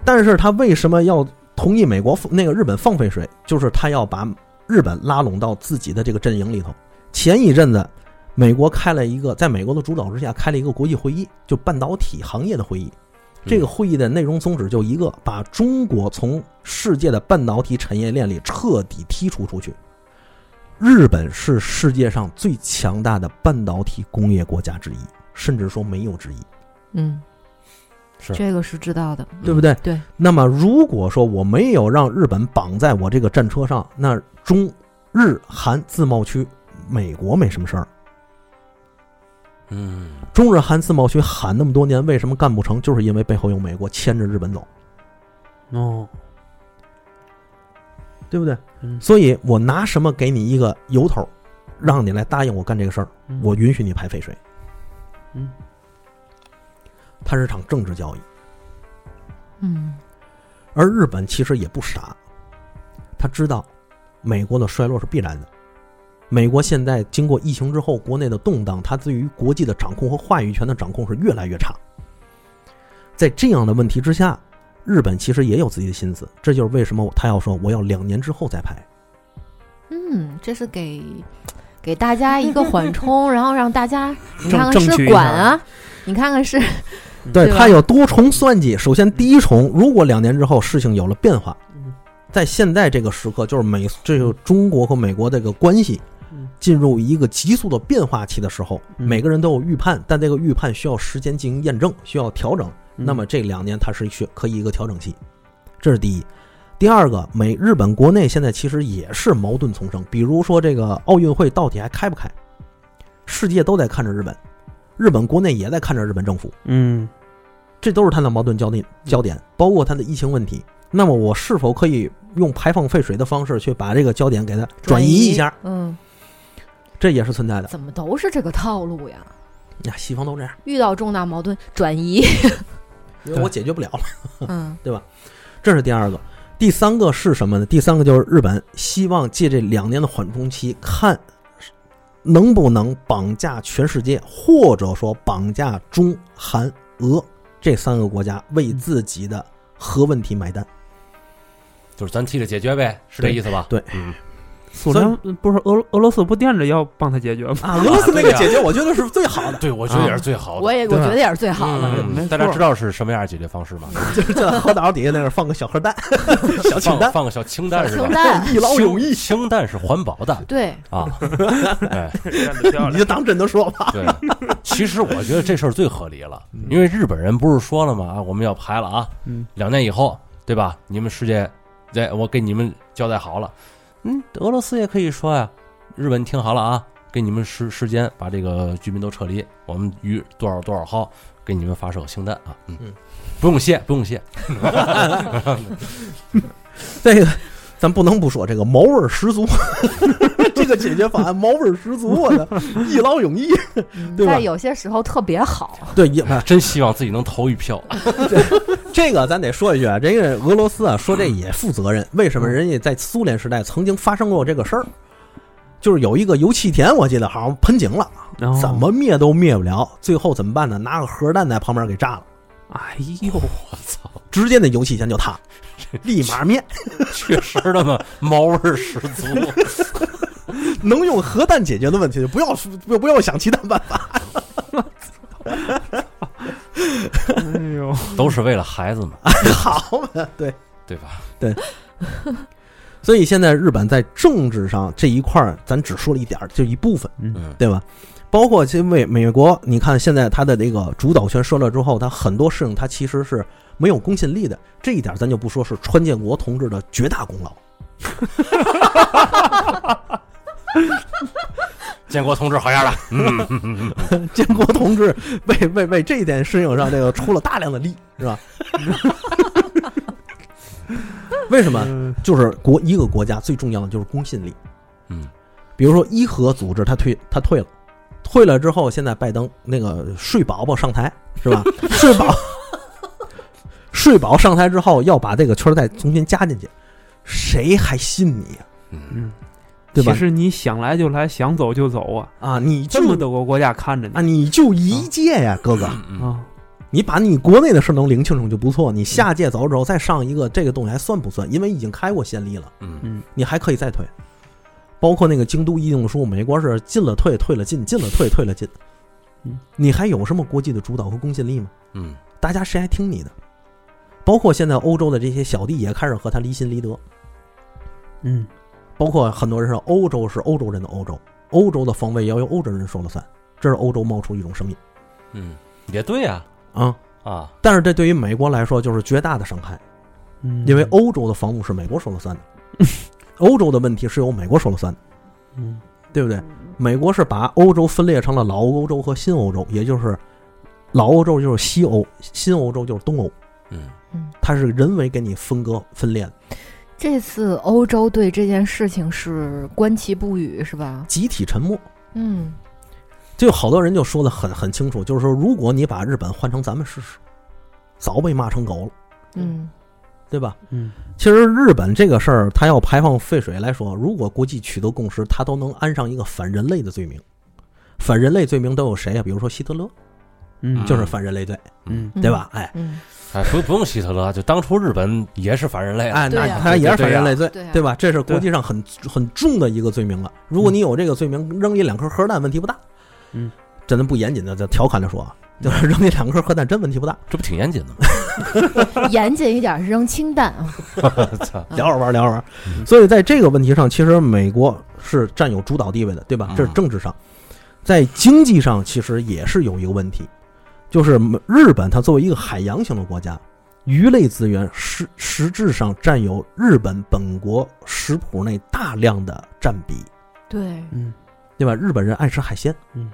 但是他为什么要同意美国放那个日本放废水？就是他要把日本拉拢到自己的这个阵营里头。前一阵子，美国开了一个，在美国的主导之下开了一个国际会议，就半导体行业的会议。这个会议的内容宗旨就一个，把中国从世界的半导体产业链里彻底剔除出去。日本是世界上最强大的半导体工业国家之一，甚至说没有之一，
嗯，
是
这个是知道的，
对不对？
对。
那么如果说我没有让日本绑在我这个战车上，那中日韩自贸区，美国没什么事儿，
嗯，
中日韩自贸区喊那么多年，为什么干不成？就是因为背后有美国牵着日本走，
哦，
对不对？
嗯
所以我拿什么给你一个由头，让你来答应我干这个事儿，
嗯
我允许你排废水。
嗯，
它是场政治交易，
嗯
而日本其实也不傻，他知道美国的衰落是必然的。美国现在经过疫情之后，国内的动荡，它对于国际的掌控和话语权的掌控是越来越差。在这样的问题之下，日本其实也有自己的心思，这就是为什么他要说我要两年之后再拍。
嗯，这是给给大家一个缓冲，然后让大家你
正
看看
正确
是
一
管
下
啊，你看看是
对
对吧
他有多重算计。首先，第一重，如果两年之后事情有了变化，
嗯
在现在这个时刻，就是美这个中国和美国这个关系
嗯
进入一个急速的变化期的时候，
嗯
每个人都有预判，但这个预判需要时间进行验证，需要调整。
嗯
那么这两年它是需可以一个调整期，这是第一。第二个，美日本国内现在其实也是矛盾丛生，比如说这个奥运会到底还开不开，世界都在看着日本，日本国内也在看着日本政府。
嗯
这都是它的矛盾焦点焦点，包括它的疫情问题。那么我是否可以用排放废水的方式去把这个焦点给它转移一下？，
嗯，
这也是存在的。哎
怎么都是这个套路呀？
呀，西方都这样，
遇到重大矛盾转移，
因为我解决不了了。
嗯
这是第二个，第三个是什么呢？第三个就是日本希望借这两年的缓冲期，看能不能绑架全世界，或者说绑架中韩俄这三个国家，为自己的核问题买单。
就是咱替着解决呗，是这意思吧？
对
嗯，
苏联嗯不是俄俄罗斯不惦着要帮他解决吗？
啊，俄罗斯那个解决，我觉得是最好的。
对，我觉得也是最好的。
我也我
对吧
觉得也是最好的。
嗯没
嗯，
错
大家知道是什么样的解决方式吗？
就是在核岛底下那儿放个小核弹， 小氢
放
弹，
放个小氢弹是吧
氢？弹，
一劳永逸，
逸，氢弹是环保 的
对，
啊。哎，
你就当真的说吧。
啊对，其实我觉得这事儿最合理了，因为日本人不是说了吗？啊，我们要排了啊，
嗯
两年以后，对吧？你们世界，对，我给你们交代好了。嗯，俄罗斯也可以说呀、日本你听好了啊，给你们时时间把这个居民都撤离，我们于多少多少号给你们发射氢弹啊，嗯
嗯
不用谢，不用谢，
这个咱不能不说，这个毛味儿十足， 这个解决方案毛味儿十足，我的一劳永逸。
嗯
对吧
在有些时候特别好。
对，也
真希望自己能投一票。
这个咱得说一句啊，这个俄罗斯啊说这也负责任，为什么人家在苏联时代曾经发生过这个事儿？就是有一个油气田，我记得好像喷井了，怎？么灭都灭不了，最后怎么办呢？拿个核弹在旁边给炸了，
哎呦，
我操，
直接那油气田就塌了，立马灭。
确实那么毛味儿十足，
能用核弹解决的问题，就不要不不要想其他办法。
哎呦，
都是为了孩子嘛，
好嘛，对。
对吧？
所以现在日本在政治上这一块儿，咱只说了一点儿，就一部分，
嗯，
对吧？包括因为美国，你看现在它的这个主导权设了之后，它很多事情它其实是没有公信力的。这一点咱就不说是川建国同志的绝大功劳，
建国同志好样的，嗯，
建国同志为为为这一件事情上这个出了大量的力，是吧？ 为什么？
嗯
就是国一个国家最重要的就是公信力。
嗯，
比如说伊核组织，他退他退了，退了之后，现在拜登那个睡宝宝上台是吧？ 睡宝睡宝上台之后，要把这个圈儿再重新加进去，谁还信你啊呀、
嗯，
嗯，
对吧
其实你想来就来，想走就走啊，
啊？你
这么
就
多个国家看着你
啊，你就一届呀、哥哥，
嗯嗯
啊，
你把你国内的事能拎清楚就不错。你下届走之后再上一个，这个东西还算不算？因为已经开过先例了。
嗯
嗯
你还可以再退。包括那个京都议定书，美国是进了退，退了进，进了退，退了进
嗯。
你还有什么国际的主导和公信力吗？
嗯，
大家谁还听你的？包括现在欧洲的这些小弟也开始和他离心离德，
嗯
包括很多人说欧洲是欧洲人的欧洲，欧洲的防卫要由欧洲人说了算，这是欧洲冒出一种声音
嗯，也对呀、
啊。
啊，
但是这对于美国来说就是绝大的伤害，
嗯，
因为 欧洲的防务是美国说了算的，欧洲的问题是由美国说了算的。
嗯
对不对？美国是把欧洲分裂成了老欧洲和新欧洲，也就是老欧洲就是西欧，新欧洲就是东欧，
嗯，
它是人为给你分割分裂的，
这次欧洲对这件事情是观其不语，是吧？
集体沉默。
嗯，
就有好多人就说的很很清楚，就是说，如果你把日本换成咱们试试，早被骂成狗了，
嗯，
对吧？
嗯，
其实日本这个事儿，它要排放废水来说，如果国际取得共识，它都能安上一个反人类的罪名。反人类罪名都有谁呀、啊比如说希特勒
嗯，
就是反人类罪，
嗯，
对吧？哎
嗯？
哎，不不用希特勒，就当初日本也是反人类啊，
哎，
对
那
呀
他也是反人类罪，
对呀
对吧？这是国际上很很重的一个罪名了。如果你有这个罪名，扔你两颗核弹问题不大。
嗯，
真的不严谨的，就调侃着说啊，就是扔你两颗核弹真问题不大。
这不挺严谨的吗？
嗯， 严谨一点，扔氢弹啊。
操，
聊着玩儿聊着玩儿。所以在这个问题上，其实美国是占有主导地位的，对吧
嗯？
这是政治上，在经济上其实也是有一个问题，就是日本它作为一个海洋型的国家，鱼类资源实实质上占有日本本国食谱内大量的占比，
对，
嗯，
对吧？日本人爱吃海鲜，
嗯，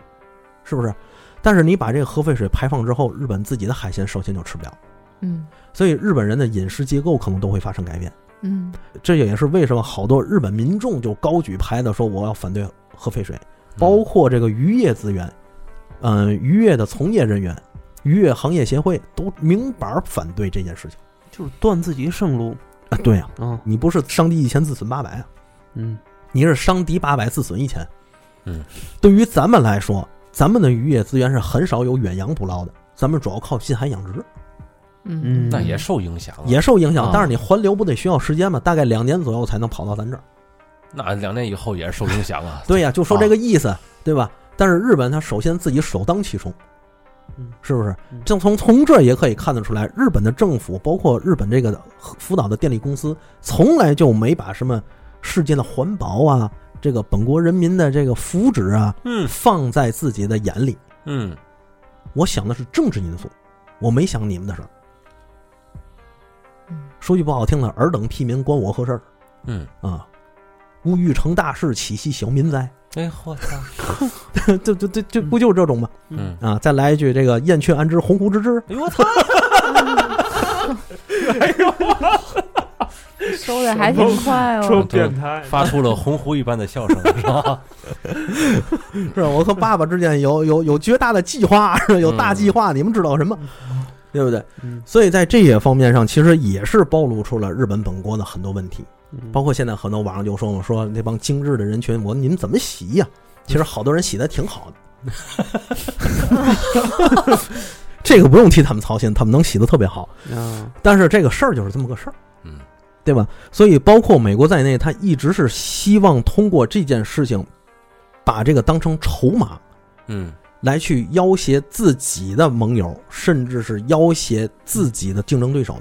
是不是？但是你把这个核废水排放之后，日本自己的海鲜首先就吃不了，
嗯
所以日本人的饮食结构可能都会发生改变。
嗯
这也是为什么好多日本民众就高举牌子说我要反对核废水，
嗯
包括这个渔业资源，嗯、渔业的从业人员、渔业行业协会都明白反对这件事情。
就是断自己生路。
啊，对呀、
嗯
你不是伤敌一千自损八百啊，
嗯
你是伤敌八百自损一千。
嗯，
对于咱们来说，咱们的渔业资源是很少有远洋捕捞的，咱们主要靠近海养殖，
嗯，
那也受影响了，
也受影
啊
响。但是你环流不得需要时间吗？大概两年左右才能跑到咱这儿。
那两年以后也是受影响啊。
对呀、就说这个意思，对吧？但是日本它首先自己首当其冲
嗯，
是不是
嗯？
正从从这也可以看得出来，日本的政府，包括日本这个福岛的电力公司，从来就没把什么世界的环保啊，这个本国人民的这个福祉啊，
嗯
放在自己的眼里。
嗯，
我想的是政治因素，我没想你们的事儿
嗯。
说句不好听的，尔等屁民关我何事儿
嗯，
啊？吾欲成大事，岂系小民哉？
哎，我操，
这这这这不就是这种吗？
嗯，
啊，再来一句这个“燕雀安知鸿鹄之志
哎呦我操，
哎
收的还挺快哦。
变
态
发出了鸿鹄一般的笑声，是吧？”，
是吧我和爸爸之间有有有绝大的计划，有大计划，你们知道什么？对不对？
嗯
所以在这些方面上，其实也是暴露出了日本本国的很多问题，包括现在很多网上就说我说那帮精致的人群，我说你们怎么洗呀、其实好多人洗的挺好的， 这个不用替他们操心，他们能洗的特别好。
啊，
但是这个事儿就是这么个事儿，
嗯，
对吧？所以包括美国在内，他一直是希望通过这件事情，把这个当成筹码
嗯
来去要挟自己的盟友，甚至是要挟自己的竞争对手的。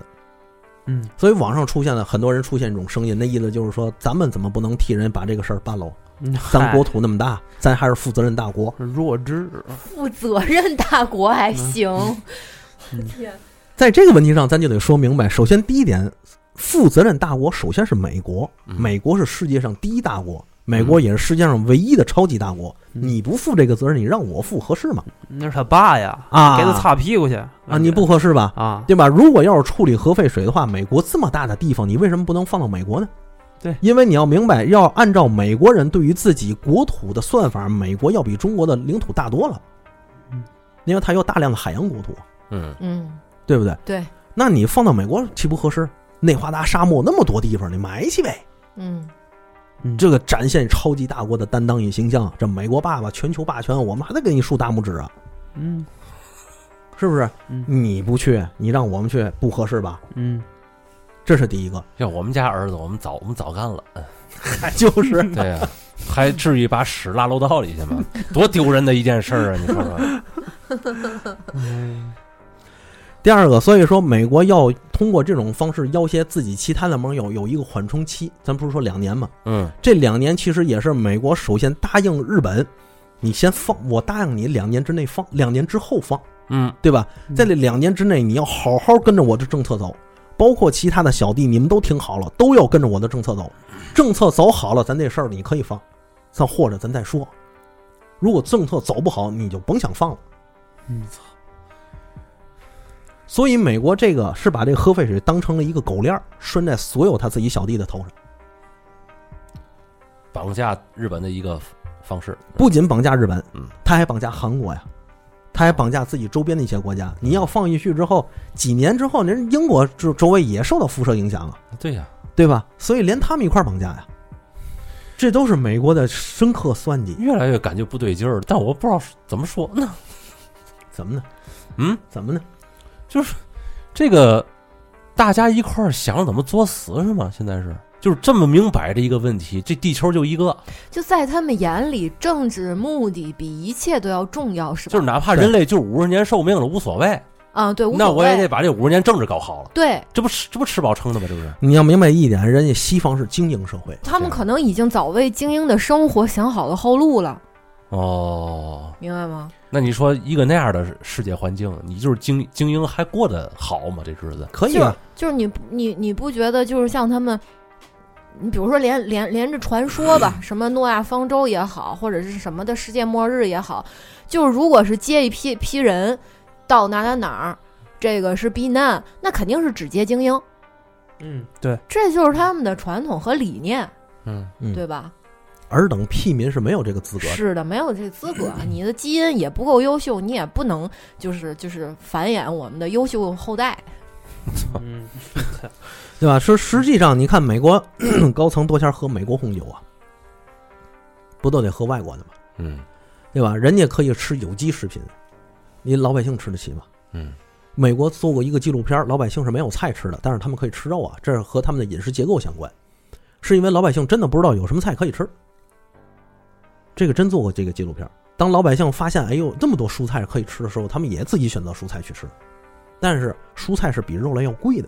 嗯
所以网上出现了很多人出现这种声音，那意思就是说，咱们怎么不能替人把这个事儿办喽？
嗯，
咱
嗨
国土那么大，咱还是负责任大国。
弱智，
负责任大国还行。
嗯
天，
在这个问题上，咱就得说明白，首先第一点，负责任大国首先是美国，
嗯
美国是世界上第一大国，美国也是世界上唯一的超级大国。
嗯
你不负这个责任，你让我负合适吗？
那是他爸呀，
啊，
给他擦屁股去
啊，你不合适吧？
啊？
对吧？如果要是处理核废水的话，美国这么大的地方，你为什么不能放到美国呢？
对
因为你要明白，要按照美国人对于自己国土的算法，美国要比中国的领土大多了
嗯，
因为它有大量的海洋国土，
嗯
嗯，
对不对？
对，
那你放到美国岂不合适？内华达沙漠那么多地方，你埋去呗。
嗯
这个展现超级大国的担当与形象，这美国爸爸全球霸权，我们还得给你竖大拇指啊，
嗯
是不是？
嗯
你不去，你让我们去，不合适吧？
嗯
这是第一个，
要我们家儿子，我们早我们早干了，
就是
对啊呀、 还至于把屎拉楼道里去吗？ 多丢人的一件事儿啊！你说说，
嗯，
第二个。所以说，美国要通过这种方式要挟自己其他的盟友有一个缓冲期，咱不是说两年吗？
嗯
这两年其实也是美国首先答应日本，你先放，我答应你两年之内放，两年之后放。
嗯
对吧？
嗯
在这两年之内，你要好好跟着我的政策走，包括其他的小弟，你们都听好了，都要跟着我的政策走。政策走好了，咱这事儿你可以放，咱或者咱再说。如果政策走不好，你就甭想放了。
嗯，
所以美国这个是把这个核废水当成了一个狗链儿，拴在所有他自己小弟的头上，
绑架日本的一个方式。
不仅绑架日本
嗯，
他还绑架韩国呀，他还绑架自己周边的一些国家。你要放进去之后，几年之后，人英国周周围也受到辐射影响啊，
对呀、
对吧？所以连他们一块儿绑架呀，这都是美国的深刻算计。
越来越哎感觉不对劲儿了，但我不知道怎么说呢。
怎么呢？
嗯，
怎么呢？
这个大家一块儿想怎么作死是吗？现在是就是这么明摆着一个问题，这地球就一个，
就在他们眼里，政治目的比一切都要重要，是吧？
就是哪怕人类就五十年寿命了无所谓，
啊，对，无
那
所
我也得
谓。
把这五十年政治搞好了，
对
这不吃这不吃饱撑的吗？这不是？
你要明白一点，人家西方是精英社会，
他们可能已经早为精英的生活想好了后路了，
哦，
明白吗？
那你说一个那样的世界环境，你就是精精英还过得好吗？这日子
可以
就
啊
是。就是你不你你不觉得就是像他们，你比如说连连连着传说吧，什么诺亚方舟也好，或者是什么的世界末日也好，就是如果是接一批批人到哪哪哪儿，这个是避难，那肯定是只接精英，
嗯，对，
这就是他们的传统和理念，
嗯，
嗯
对吧？
尔等屁民是没有这个资格的。
是的，没有这资格，你的基因也不够优秀，你也不能就是就是繁衍我们的优秀后代。
嗯，
对吧？说实际上，你看美国 高层多钱喝美国红酒啊，不都得喝外国的吗？
嗯
对吧？人家可以吃有机食品，你老百姓吃得起吗？
嗯，
美国做过一个纪录片，老百姓是没有菜吃的，但是他们可以吃肉啊，这是和他们的饮食结构相关，是因为老百姓真的不知道有什么菜可以吃。这个真做过这个纪录片。当老百姓发现，哎呦，这么多蔬菜可以吃的时候，他们也自己选择蔬菜去吃，但是蔬菜是比肉类要贵的，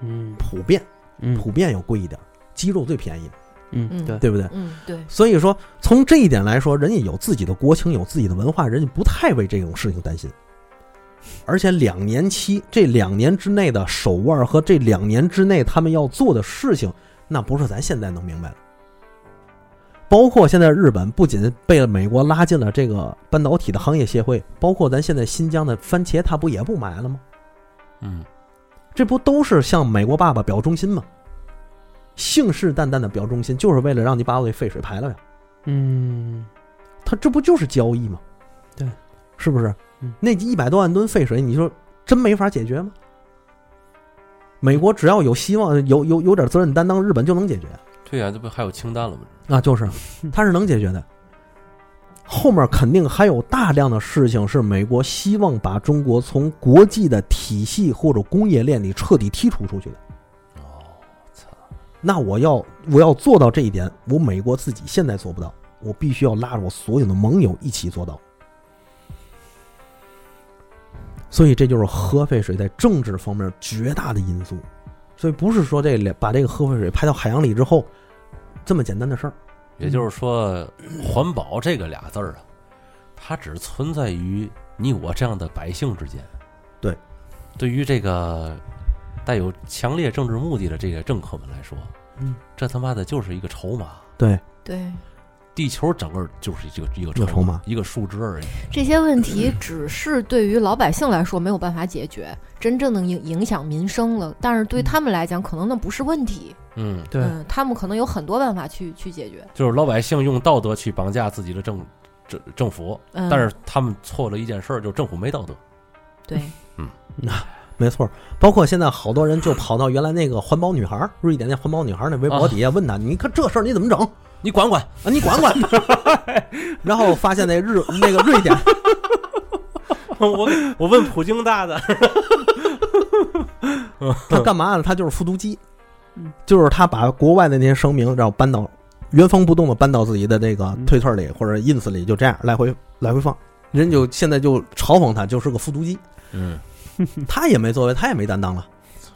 嗯
普遍。
嗯
普遍要贵一点，鸡肉最便宜，
嗯，对，
对不对？
嗯，对，
所以说，从这一点来说，人家有自己的国情，有自己的文化，人家不太为这种事情担心。而且两年期，这两年之内的手腕和这两年之内他们要做的事情，那不是咱现在能明白的。包括现在日本不仅被美国拉进了这个半导体的行业协会，包括咱现在新疆的番茄，它不也不买了吗？
嗯，
这不都是向美国爸爸表忠心吗？信誓旦旦的表忠心，就是为了让你把我的废水排了呀。
嗯
他这不就是交易吗？
对，
是不是
嗯？
那一百多万吨废水，你说真没法解决吗？美国只要有希望，有有有点责任担当，日本就能解决
对呀、这不还有氢弹了吗？
啊，就是，他是能解决的。后面肯定还有大量的事情是美国希望把中国从国际的体系或者工业链里彻底剔除出去的。
哦，操，
那我要我要做到这一点，我美国自己现在做不到，我必须要拉着我所有的盟友一起做到。所以这就是核废水在政治方面绝大的因素，所以不是说这两把这个核废水排到海洋里之后这么简单的事儿。
也就是说，环保这个俩字儿啊，它只存在于你我这样的百姓之间。
对，
对于这个带有强烈政治目的的这个政客们来说，
嗯，
这他妈的就是一个筹码。
对，
对，
地球整个就是这个一个
一个筹码
码，一个数值而已。
这些问题只是对于老百姓来说没有办法解决，真正的影影响民生了。但是对他们来讲，可能那不是问题。
嗯，
对
嗯，他们可能有很多办法去去解决。
就是老百姓用道德去绑架自己的政政政府，
嗯，
但是他们错了一件事儿，就是政府没道德。
对，
没错儿。包括现在好多人就跑到原来那个环保女孩儿，瑞典那环保女孩儿那微博底下问她：“你看这事儿你怎么整？”
你管管，
啊，你管管。然后发现那日那个瑞典
我我问普京大的，
他干嘛呢？他就是复读机
嗯，
就是他把国外的那些声明，然后搬到原封不动的搬到自己的这个
嗯
推特里或者 ins 里，就这样来回来回放。人就现在就嘲讽他，就是个复读机，
嗯，
他也没作为，他也没担当了，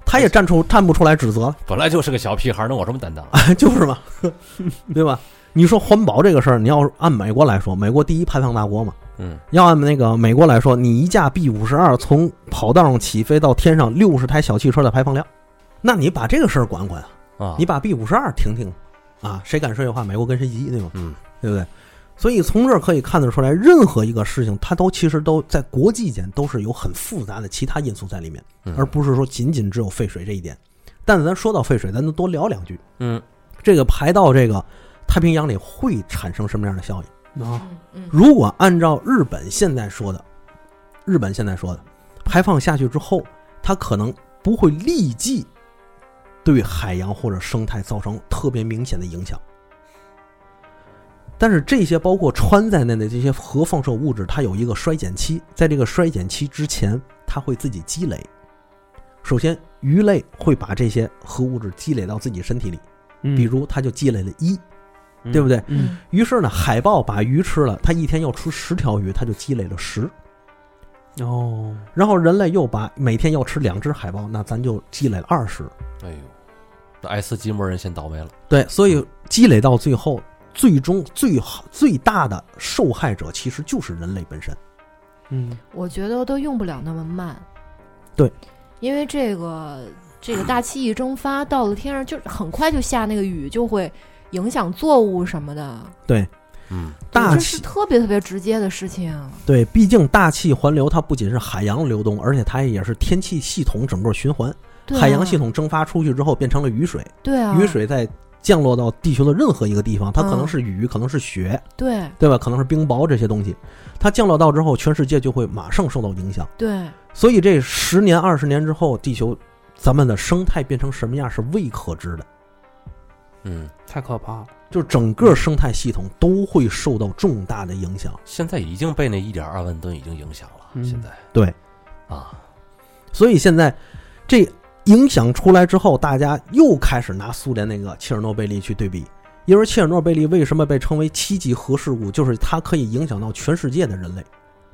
他也站出站不出来指责了，
本来就是个小屁孩儿，能有什么担当？啊
就是嘛，对吧？你说环保这个事儿，你要是按美国来说，美国第一排放大国嘛，
嗯，
要按那个美国来说，你一架 B 五十二从跑道上起飞到天上六十台小汽车的排放量，那你把这个事儿管管啊，
啊，
你把 B 五十二停停，啊，谁敢说这话，美国跟谁急，对吗？
嗯，
对不对？所以从这儿可以看得出来，任何一个事情，它都其实都在国际间都是有很复杂的其他因素在里面，
嗯
而不是说仅仅只有废水这一点。但是咱说到废水，咱就多聊两句，
嗯
这个排到这个太平洋里会产生什么样的效应？
啊，
嗯嗯
如果按照日本现在说的，日本现在说的，排放下去之后，它可能不会立即对海洋或者生态造成特别明显的影响。但是这些包括氚在内的这些核放射物质，它有一个衰减期，在这个衰减期之前，它会自己积累。首先，鱼类会把这些核物质积累到自己身体里，比如它就积累了一，对不对？
嗯，
于是呢，海豹把鱼吃了，它一天要吃十条鱼，它就积累了十。
哦，
然后人类又把每天要吃两只海豹，那咱就积累了二十。
哎呦，那爱斯基摩人先倒霉了，
对，所以积累到最后，最终最好最大的受害者其实就是人类本身。
嗯，
我觉得都用不了那么慢。
对，
因为这个这个大气一蒸发到了天上，就是很快就下那个雨，就会影响作物什么的。
对，
嗯
大
这是
气
特别特别直接的事情啊。
对，毕竟大气环流它不仅是海洋流动，而且它也是天气系统整个循环。
对啊
海洋系统蒸发出去之后变成了雨水，
对啊，
雨水在降落到地球的任何一个地方，它可能
嗯
是雨，可能是雪，
对
对吧？可能是冰雹这些东西，它降落到之后，全世界就会马上受到影响。
对，
所以这十年、二十年之后，地球咱们的生态变成什么样是未可知的，
嗯，
太可怕了。
就整个生态系统都会受到重大的影响。
现在已经被那一点二万吨已经影响了，
嗯
现在
对
啊，
所以现在这影响出来之后，大家又开始拿苏联那个切尔诺贝利去对比，因为切尔诺贝利为什么被称为七级核事故，就是它可以影响到全世界的人类。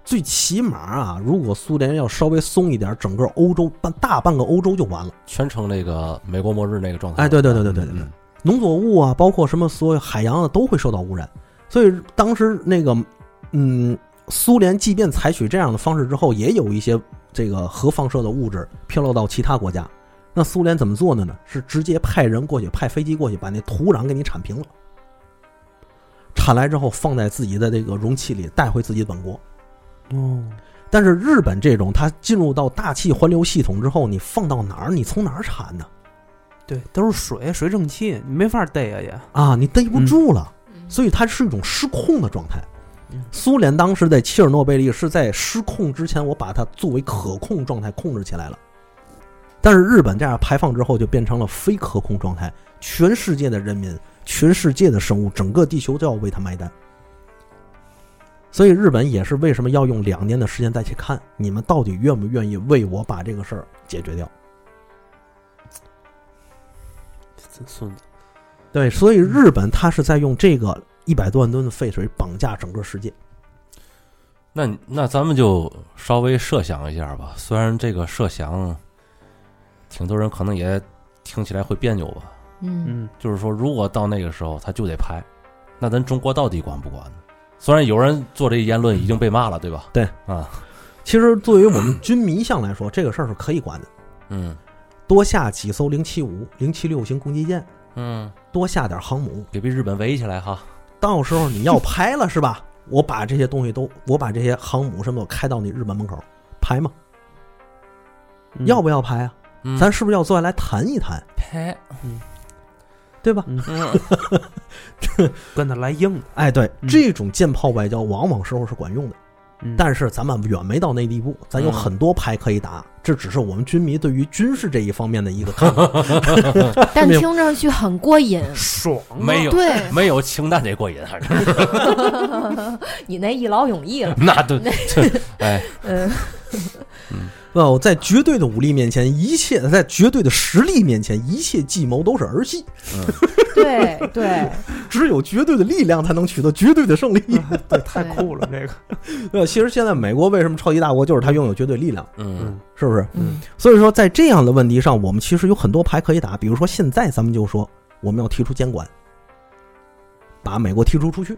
最起码啊，如果苏联要稍微松一点，整个欧洲半大半个欧洲就完了。
全程那个美国末日那个状态。
哎对对对对对对对
嗯
农作物啊，包括什么所有海洋啊，都会受到污染。所以当时那个，嗯，苏联即便采取这样的方式之后，也有一些这个核放射的物质飘落到其他国家。那苏联怎么做的呢？是直接派人过去，派飞机过去，把那土壤给你铲平了。铲来之后，放在自己的这个容器里，带回自己本国。
哦，
但是日本这种，它进入到大气环流系统之后，你放到哪儿，你从哪儿产呢？
对，都是水，水蒸气，你没法逮啊也。
啊，你逮不
嗯
住了。
嗯
所以它是一种失控的状态
嗯。
苏联当时在切尔诺贝利是在失控之前，我把它作为可控状态控制起来了。但是日本这样排放之后，就变成了非可控状态，全世界的人民、全世界的生物、整个地球都要为它买单。所以日本也是为什么要用两年的时间再去看你们到底愿不愿意为我把这个事儿解决掉。
真孙子，
对，所以日本它是在用这个一百多万吨的废水绑架整个世界。
那你那咱们就稍微设想一下吧，虽然这个设想，挺多人可能也听起来会别扭吧。
嗯
嗯，
就是说，如果到那个时候他就得拍，那咱中国到底管不管呢？虽然有人做这言论已经被骂了，对吧？
对
啊，
其实，作为我们军迷项来说，这个事儿是可以管的，
嗯
多下几艘零七五、零七六型攻击舰，
嗯，
多下点航母。
给被日本围起来哈，
到时候你要拍了是吧？我把这些东西都，我把这些航母什么都开到你日本门口，拍吗？
嗯
要不要拍啊？
嗯、
咱是不是要坐下来谈一谈，
拍，
对吧？
嗯
跟他来硬的？
哎，对，
嗯
这种舰炮外交往往时候是管用的，
嗯
但是咱们远没到那地步，咱有
嗯
很多牌可以打，这只是我们军迷对于军事这一方面的一个看法。
但听上去很过 瘾。
爽啊
嗯没有
对
没有氢弹得过瘾，反正是
你那一劳永逸啊了，
那对，这哎，
嗯，
那我在绝对的武力面前，一切在绝对的实力面前，一切计谋都是儿戏。
对对，
只有绝对的力量才能取得绝对的胜利。
对，太酷了这个。
呃，其实现在美国为什么超级大国，就是它拥有绝对力量，
嗯
是不是？
嗯
所以说，在这样的问题上，我们其实有很多牌可以打。比如说，现在咱们就说我们要提出监管，把美国踢出出去。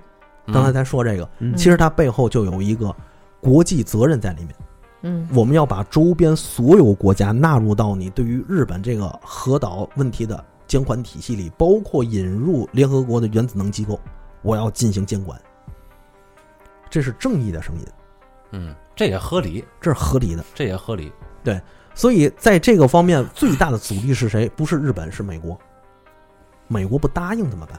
嗯
刚才咱说这个，
嗯
其实它背后就有一个国际责任在里面。
嗯
我们要把周边所有国家纳入到你对于日本这个核岛问题的监管体系里，包括引入联合国的原子能机构，我要进行监管。这是正义的声音，
嗯，这也合理，
这是合理的。
这也合理，
所以在这个方面，最大的阻力是谁？不是日本，是美国。美国不答应怎么办？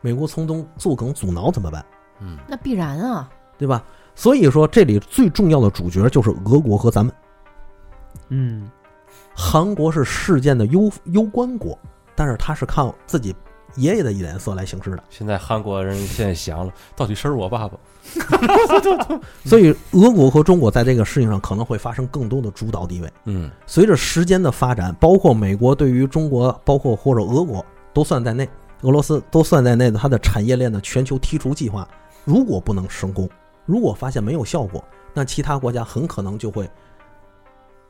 美国从中作梗阻挠怎么办？
嗯
那必然啊，
对吧？所以说，这里最重要的主角就是俄国和咱们。
嗯，
韩国是事件的攸攸关国，但是他是看自己爷爷的脸色来行事的。
现在韩国人现在想了，到底是我爸爸？
所以，俄国和中国在这个事情上可能会发生更多的主导地位。
嗯
随着时间的发展，包括美国对于中国，包括或者俄国都算在内，俄罗斯都算在内的它的产业链的全球剔除计划，如果不能成功，如果发现没有效果，那其他国家很可能就会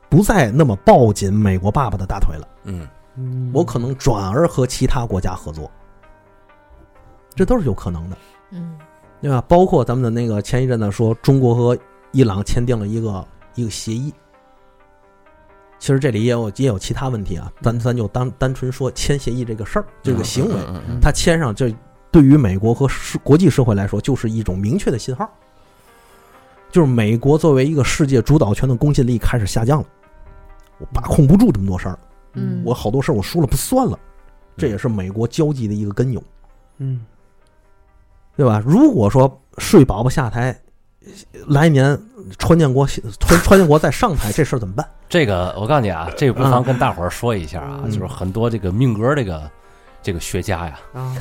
不再那么抱紧美国爸爸的大腿了。
嗯，
我可能转而和其他国家合作，这都是有可能的，
嗯
对吧？包括咱们的那个前一阵子说中国和伊朗签订了一个一个协议，其实这里也有也有其他问题啊，咱咱就单单纯说签协议这个事儿，这个行为，
嗯嗯
他签上这对于美国和世国际社会来说就是一种明确的信号，就是美国作为一个世界主导权的公信力开始下降了，我把控不住这么多事儿了。
嗯
我好多事儿我输了不算了，这也是美国交际的一个根由，
嗯
对吧？如果说睡饱吧下台，来年川建国川川建国再上台，这事儿怎么办？
这个我告诉你啊，这个不妨跟大伙儿说一下啊，
嗯
就是很多这个命格这个这个学家呀，
啊，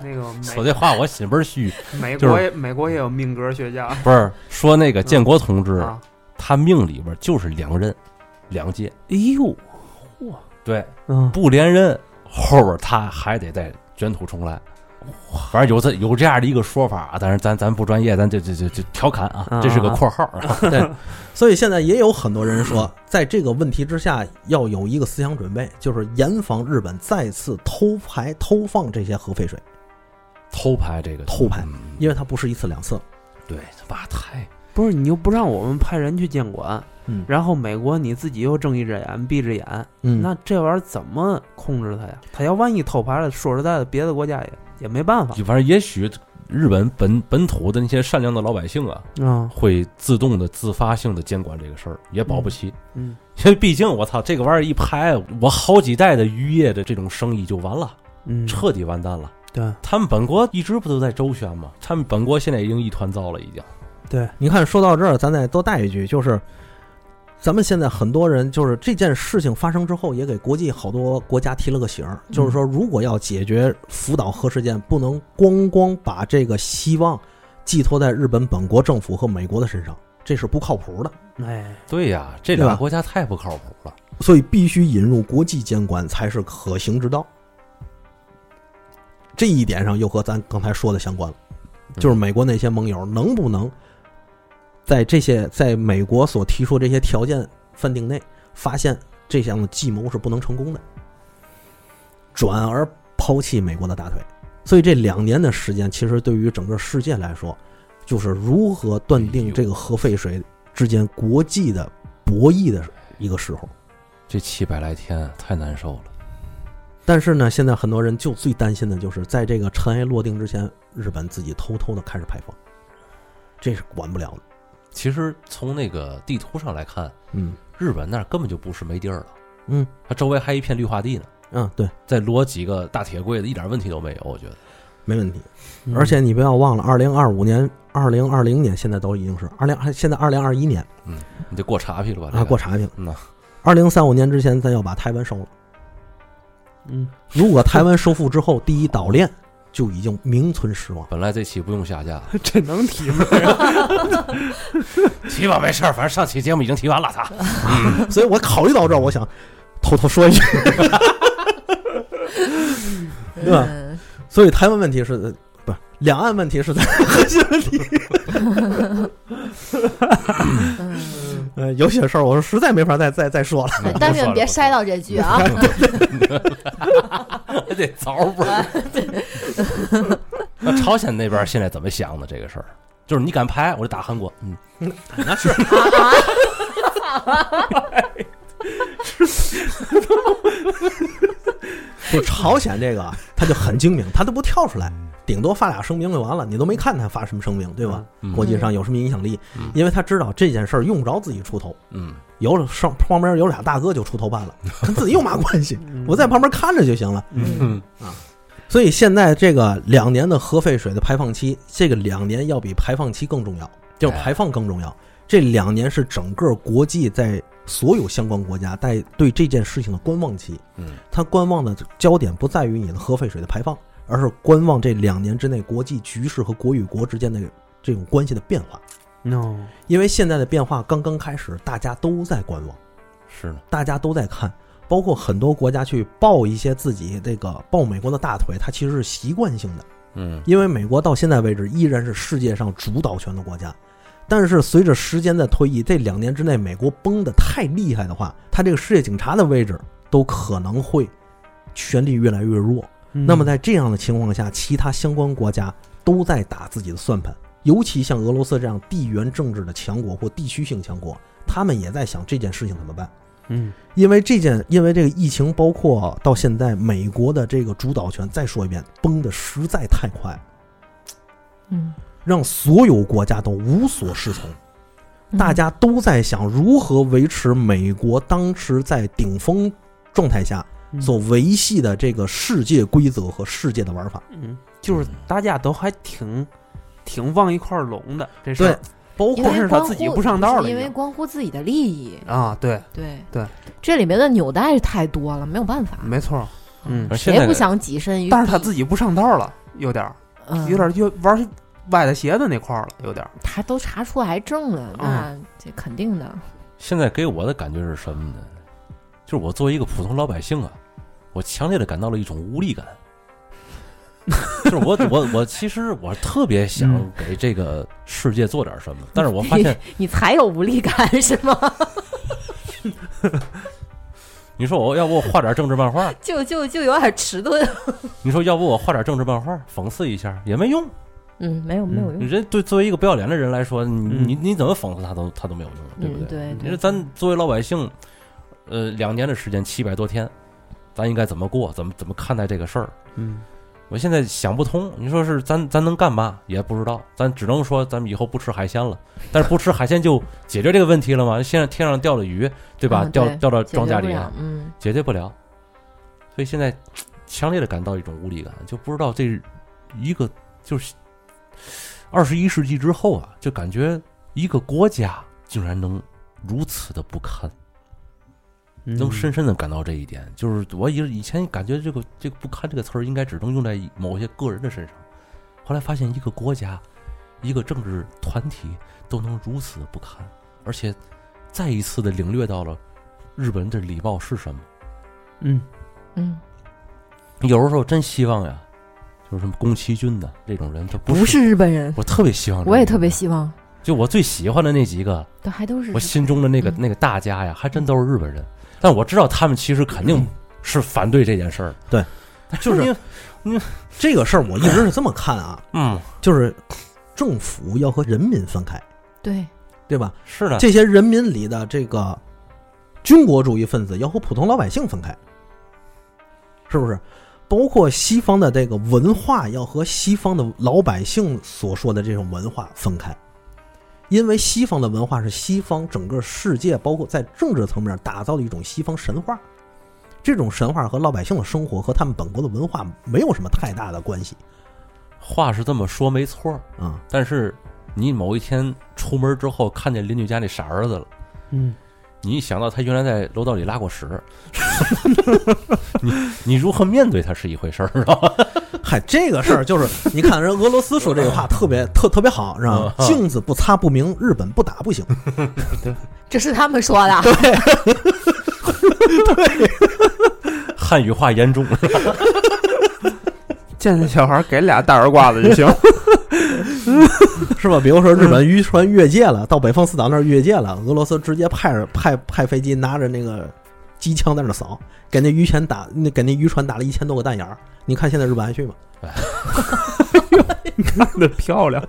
那个
说这话我心倍儿虚，
美美
就是
国也美国也有命格学家
不是说那个建国同志
啊，
他命里边就是两任，两届，
哎呦，
对，
嗯，
不连任后边他还得再卷土重来。反正有这有这样的一个说法啊，但是咱咱不专业，咱这这这这调侃啊，这是个括号啊。
所以现在也有很多人说，在这个问题之下，要有一个思想准备，就是严防日本再次偷排偷放这些核废水，
偷拍这个
偷拍
嗯
因为它不是一次两次。
对，他爸太
不是你又不让我们派人去监管，
嗯
然后美国你自己又睁一只眼闭一只眼，
嗯
那这玩意儿怎么控制它呀？它要万一偷牌了，说实在的，别的国家也也没办法。
反正也许日本本本土的那些善良的老百姓啊，
嗯
会自动的自发性的监管这个事儿，也保不齐。
嗯，
因为毕竟我操，这个玩意儿一拍，我好几代的渔业的这种生意就完了，
嗯，
彻底完蛋了。
对
他们本国一直不都在周旋吗？他们本国现在已经一团糟了，已经。
对，
你看，说到这儿，咱再多带一句，就是咱们现在很多人就是这件事情发生之后，也给国际好多国家提了个醒儿，
嗯
就是说，如果要解决福岛核事件，不能光光把这个希望寄托在日本本国政府和美国的身上，这是不靠谱的。
哎，
对呀、这
对
俩
吧
国家太不靠谱了。
所以必须引入国际监管才是可行之道。这一点上又和咱刚才说的相关了，就是美国那些盟友能不能在这些在美国所提出这些条件范定内，发现这项的计谋是不能成功的，转而抛弃美国的大腿。所以这两年的时间，其实对于整个世界来说，就是如何断定这个核废水之间国际的博弈的一个时候。
这七百来天太难受了。
但是呢，现在很多人就最担心的就是在这个尘埃落定之前，日本自己偷偷的开始排放，这是管不了的。
其实从那个地图上来看，
嗯
日本那儿根本就不是没地儿了，
嗯
它周围还一片绿化地呢，
嗯，对，
再摞几个大铁柜子，一点问题都没有。我觉得，
没问题。而且你不要忘了，二零二五年、二零二零年现在都已经是二零，现在二零二一年
你得过查批了吧？这
啊，
个
过查去了
嗯呐。
二零三五年之前，咱要把台湾收了。
嗯，
如果台湾收复之后，第一岛链就已经名存实亡。
本来这期不用下架，
这能提 吗？
提吧，没事儿，反正上期节目已经提完了。 他，
所以我考虑到这儿，我想偷偷说一句，对吧
嗯
所以台湾问题是呃不是两岸问题是在 核心问题？
嗯，
呃，有些事儿我是实在没法再再再说了。
嗯
但愿别筛，到这句啊！
还 得凿不
啊
是？ 那朝鲜那边现在怎么想的这个事儿？就是你敢拍，我就打韩国。嗯，
那是，不，朝鲜这个他就很精明，他都不跳出来，顶多发俩声明就完了，你都没看他发什么声明，对吧？
嗯
国际上有什么影响力
嗯？
因为他知道这件事儿用不着自己出头，
嗯
有了上旁边有俩大哥就出头办了，跟自己有嘛关系？我在旁边看着就行了。
嗯
嗯
所以现在这个两年的核废水的排放期，这个两年要比排放期更重要，就是排放更重要。这两年是整个国际在所有相关国家在对这件事情的观望期。
嗯，
它观望的焦点不在于你的核废水的排放，而是观望这两年之内国际局势和国与国之间的这种关系的变化。
，no，
因为现在的变化刚刚开始，大家都在观望。
是的，
大家都在看，包括很多国家去抱一些自己这个抱美国的大腿，它其实是习惯性的，
嗯
因为美国到现在为止依然是世界上主导权的国家。但是随着时间的推移，这两年之内美国崩的太厉害的话，它这个世界警察的位置都可能会权力越来越弱。
嗯
那么在这样的情况下，其他相关国家都在打自己的算盘，尤其像俄罗斯这样地缘政治的强国或地区性强国，他们也在想这件事情怎么办。
嗯
因为这件，因为这个疫情，包括到现在，美国的这个主导权，再说一遍，崩的实在太快，
嗯，
让所有国家都无所适从。
嗯
大家都在想如何维持美国当时在顶峰状态下
嗯
所维系的这个世界规则和世界的玩法，
嗯，就是大家都还挺挺往一块儿拢的，这事
对
儿，
包
因
括
为
光是他
关
自己
乎
不上道了
是
已
因为
经
关乎自己的利益。
啊，对，
对
对，
这里面的纽带太多了，没有办法，啊
没错儿，嗯
而，现
谁
在
不想跻身于？
但是他自己不上道了，有点儿
嗯
有点儿越玩儿歪的斜的那块儿了，有点儿，
他都查出癌症了，那这肯定的。
现在给我的感觉是什么呢？就是我作为一个普通老百姓啊，我强烈的感到了一种无力感。就是我 我我其实我特别想
嗯
给这个世界做点什么，但是我发 现
你才有无力感是吗？
你说我要不我画点政治漫画，
就就就有点迟钝。
你说要不我画点政治漫画讽刺一下也没用。
嗯，没有没有用。
人对作为一个不要脸的人来说，你
嗯
你你怎么讽刺他都他都没有用了，对不
嗯对对
你说咱作为老百姓，呃，两年的时间七百多天，咱应该怎么过？怎么怎么看待这个事儿？
嗯
我现在想不通，你说是咱咱能干嘛也不知道，咱只能说咱们以后不吃海鲜了。但是不吃海鲜就解决这个问题了吗？现在天上掉的鱼，对吧？
嗯
掉
对
掉到
解决
庄稼
不
里，啊
了嗯，
解决不了。所以现在强烈的感到一种无力感，就不知道这一个就是二十一世纪之后啊，就感觉一个国家竟然能如此的不堪，
嗯
能深深的感到这一点。就是我以以前感觉这个这个“不堪”这个词儿应该只能用在某些个人的身上，后来发现一个国家、一个政治团体都能如此不堪，而且再一次的领略到了日本的礼貌是什么。
嗯
嗯，
有时候真希望呀，就是什么宫崎骏的这种人，他不
不是日本人，
我特别希望这种人，
我也特别希望，
就我最喜欢的那几个，
都还都是
我心中的那个
嗯
那个大家呀，还真都是日本人。但我知道他们其实肯定是反对这件事儿，
嗯对，就是
因为
这个事儿，我一直是这么看啊，
嗯，
就是政府要和人民分开，
对，
对吧？
是的，
这些人民里的这个军国主义分子要和普通老百姓分开，是不是？包括西方的这个文化要和西方的老百姓所说的这种文化分开，因为西方的文化是西方整个世界，包括在政治层面打造的一种西方神话。这种神话和老百姓的生活和他们本国的文化没有什么太大的关系
话是这么说没错儿，
啊、
但是你某一天出门之后看见邻居家那傻儿子了。
嗯
你一想到他原来在楼道里拉过屎， 你你如何面对他是一回事儿，知道吧？
嗨，这个事儿就是，你看人俄罗斯说这个话特别特特别好，是吧？
嗯
镜子不擦不明，日本不打不行。
这是他们说的。
汉语化严重，
见那小孩儿给俩大耳刮
嗯
子就行，
是吧？比如说日本渔船越界了，到北方四岛那儿越界了，俄罗斯直接派着派派飞机拿着那个机枪在那儿扫，给那渔船打那给那渔船打了一千多个弹眼儿。你看现在日本还去吗？
干得 漂亮，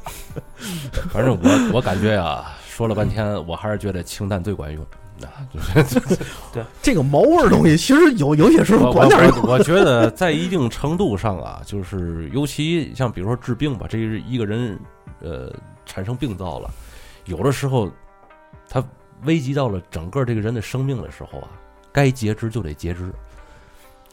反正我我感觉呀、说了半天，我还是觉得氢弹最管用。啊就是
这个毛味儿东西，其实有有 些时候
我
管点儿用。
我我我觉得在一定程度上啊，就是尤其像比如说治病吧，这是一个人呃产生病灶了，有的时候他危及到了整个这个人的生命的时候啊，该截肢就得截肢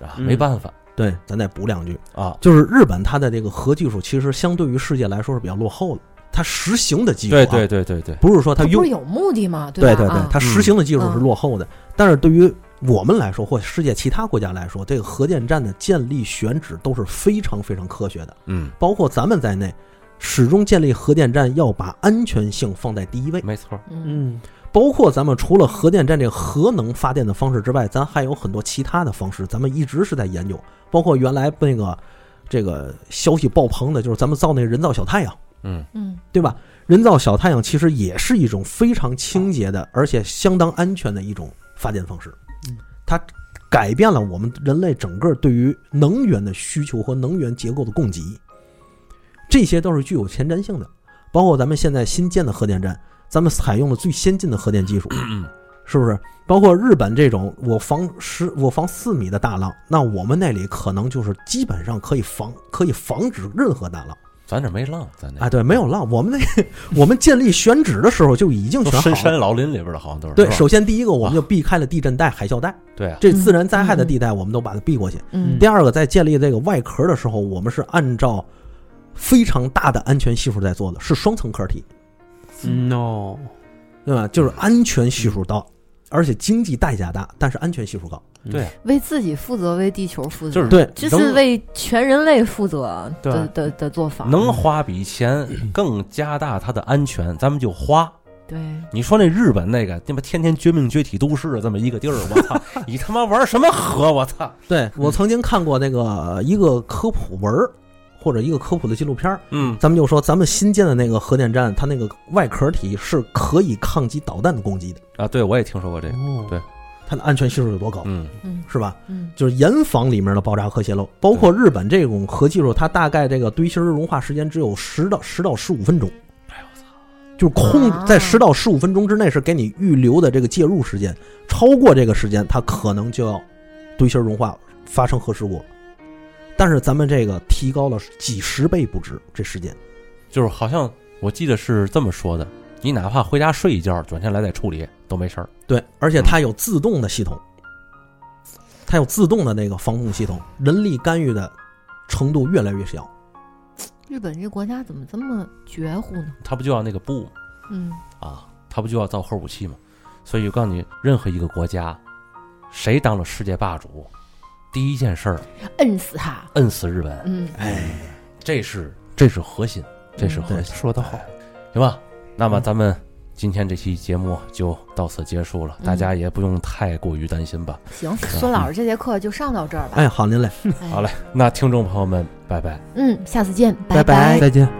啊，
嗯
没办法
对，咱再补两句，
啊，
就是日本它的这个核技术，其实相对于世界来说是比较落后的，它实行的技术、啊，
对对对对对，
不是说它
他
用
不是有目的吗？吧？
对对
啊
它实行的技术是落后的，但是对于我们来说，或世界其他国家来说，这个核电站的建立选址都是非常非常科学的，
嗯，
包括咱们在内，始终建立核电站要把安全性放在第一位。
没错儿，
嗯
嗯
包括咱们除了核电站这个核能发电的方式之外，咱还有很多其他的方式，咱们一直是在研究。包括原来那个这个消息爆棚的，就是咱们造那人造小太阳，
嗯，
嗯
对吧？人造小太阳其实也是一种非常清洁的，而且相当安全的一种发电方式
嗯。
它改变了我们人类整个对于能源的需求和能源结构的供给，这些都是具有前瞻性的。包括咱们现在新建的核电站，咱们采用了最先进的核电技术， 是不是？包括日本这种我防十我防四米的大浪，那我们那里可能就是基本上可以防可以防止任何大浪。
咱这没浪，咱这
啊，对，没有浪。我们那我们建立选址的时候就已经
都
选
深
好
山
了。
老林里边的，好像都是
对，
是吧
首先第一个，我们
啊
就避开了地震带、海啸带，
对啊，
这自然灾害的地带，我们都把它避过去。
嗯
第二个，在建立这个外壳的时候，我们是按照非常大的安全系数在做的，是双层壳体，
嗯，no，
对吧？
嗯
就是安全系数高，而且经济代价大，但是安全系数高。
对啊，
为自己负责，为地球负责，
嗯就是
对
这是为全人类负责
对
的的的做法。
嗯
能花比钱更加大它的安全，咱们就花。
对，
你说那日本那个他妈天天绝命绝体都市的这么一个地儿，我操，你他妈玩什么河？我操！
对
嗯
我曾经看过那个呃一个科普文儿或者一个科普的纪录片儿，
嗯，
咱们就说咱们新建的那个核电站，它那个外壳体是可以抗击导弹的攻击的，
啊，对我也听说过这个。
哦，
它的安全系数有多高，
嗯，
嗯
是吧？
嗯
就是严防里面的爆炸和泄漏，包括日本这种核技术，它大概这个堆芯儿融化时间只有十到十到十五分钟，
哎呦我操！
就是控
啊
在十到十五分钟之内是给你预留的这个介入时间，超过这个时间，它可能就要堆芯儿融化发生核事故了。但是咱们这个提高了几十倍不止，这时间。
就是好像我记得是这么说的，你哪怕回家睡一觉，转天来再处理都没事儿。
对，而且它有自动的系统，它有自动的那个防控系统，人力干预的程度越来越小。
日本这国家怎么这么绝乎呢？
他不就要那个布吗
嗯，
啊？他不就要造核武器吗？所以我告诉你，任何一个国家，谁当了世界霸主，第一件事儿
摁死他。
摁死日本，
嗯，
哎，
这是这是核心，这是
嗯
核心。
说得好，
行吧，那么
嗯
咱们今天这期节目就到此结束了，
嗯
大家也不用太过于担心吧。
行，孙老师这节课就上到这儿吧。
哎哎，好，您嘞。
哎
好嘞，那听众朋友们，拜拜。
嗯，下次见，
拜拜
拜
再见。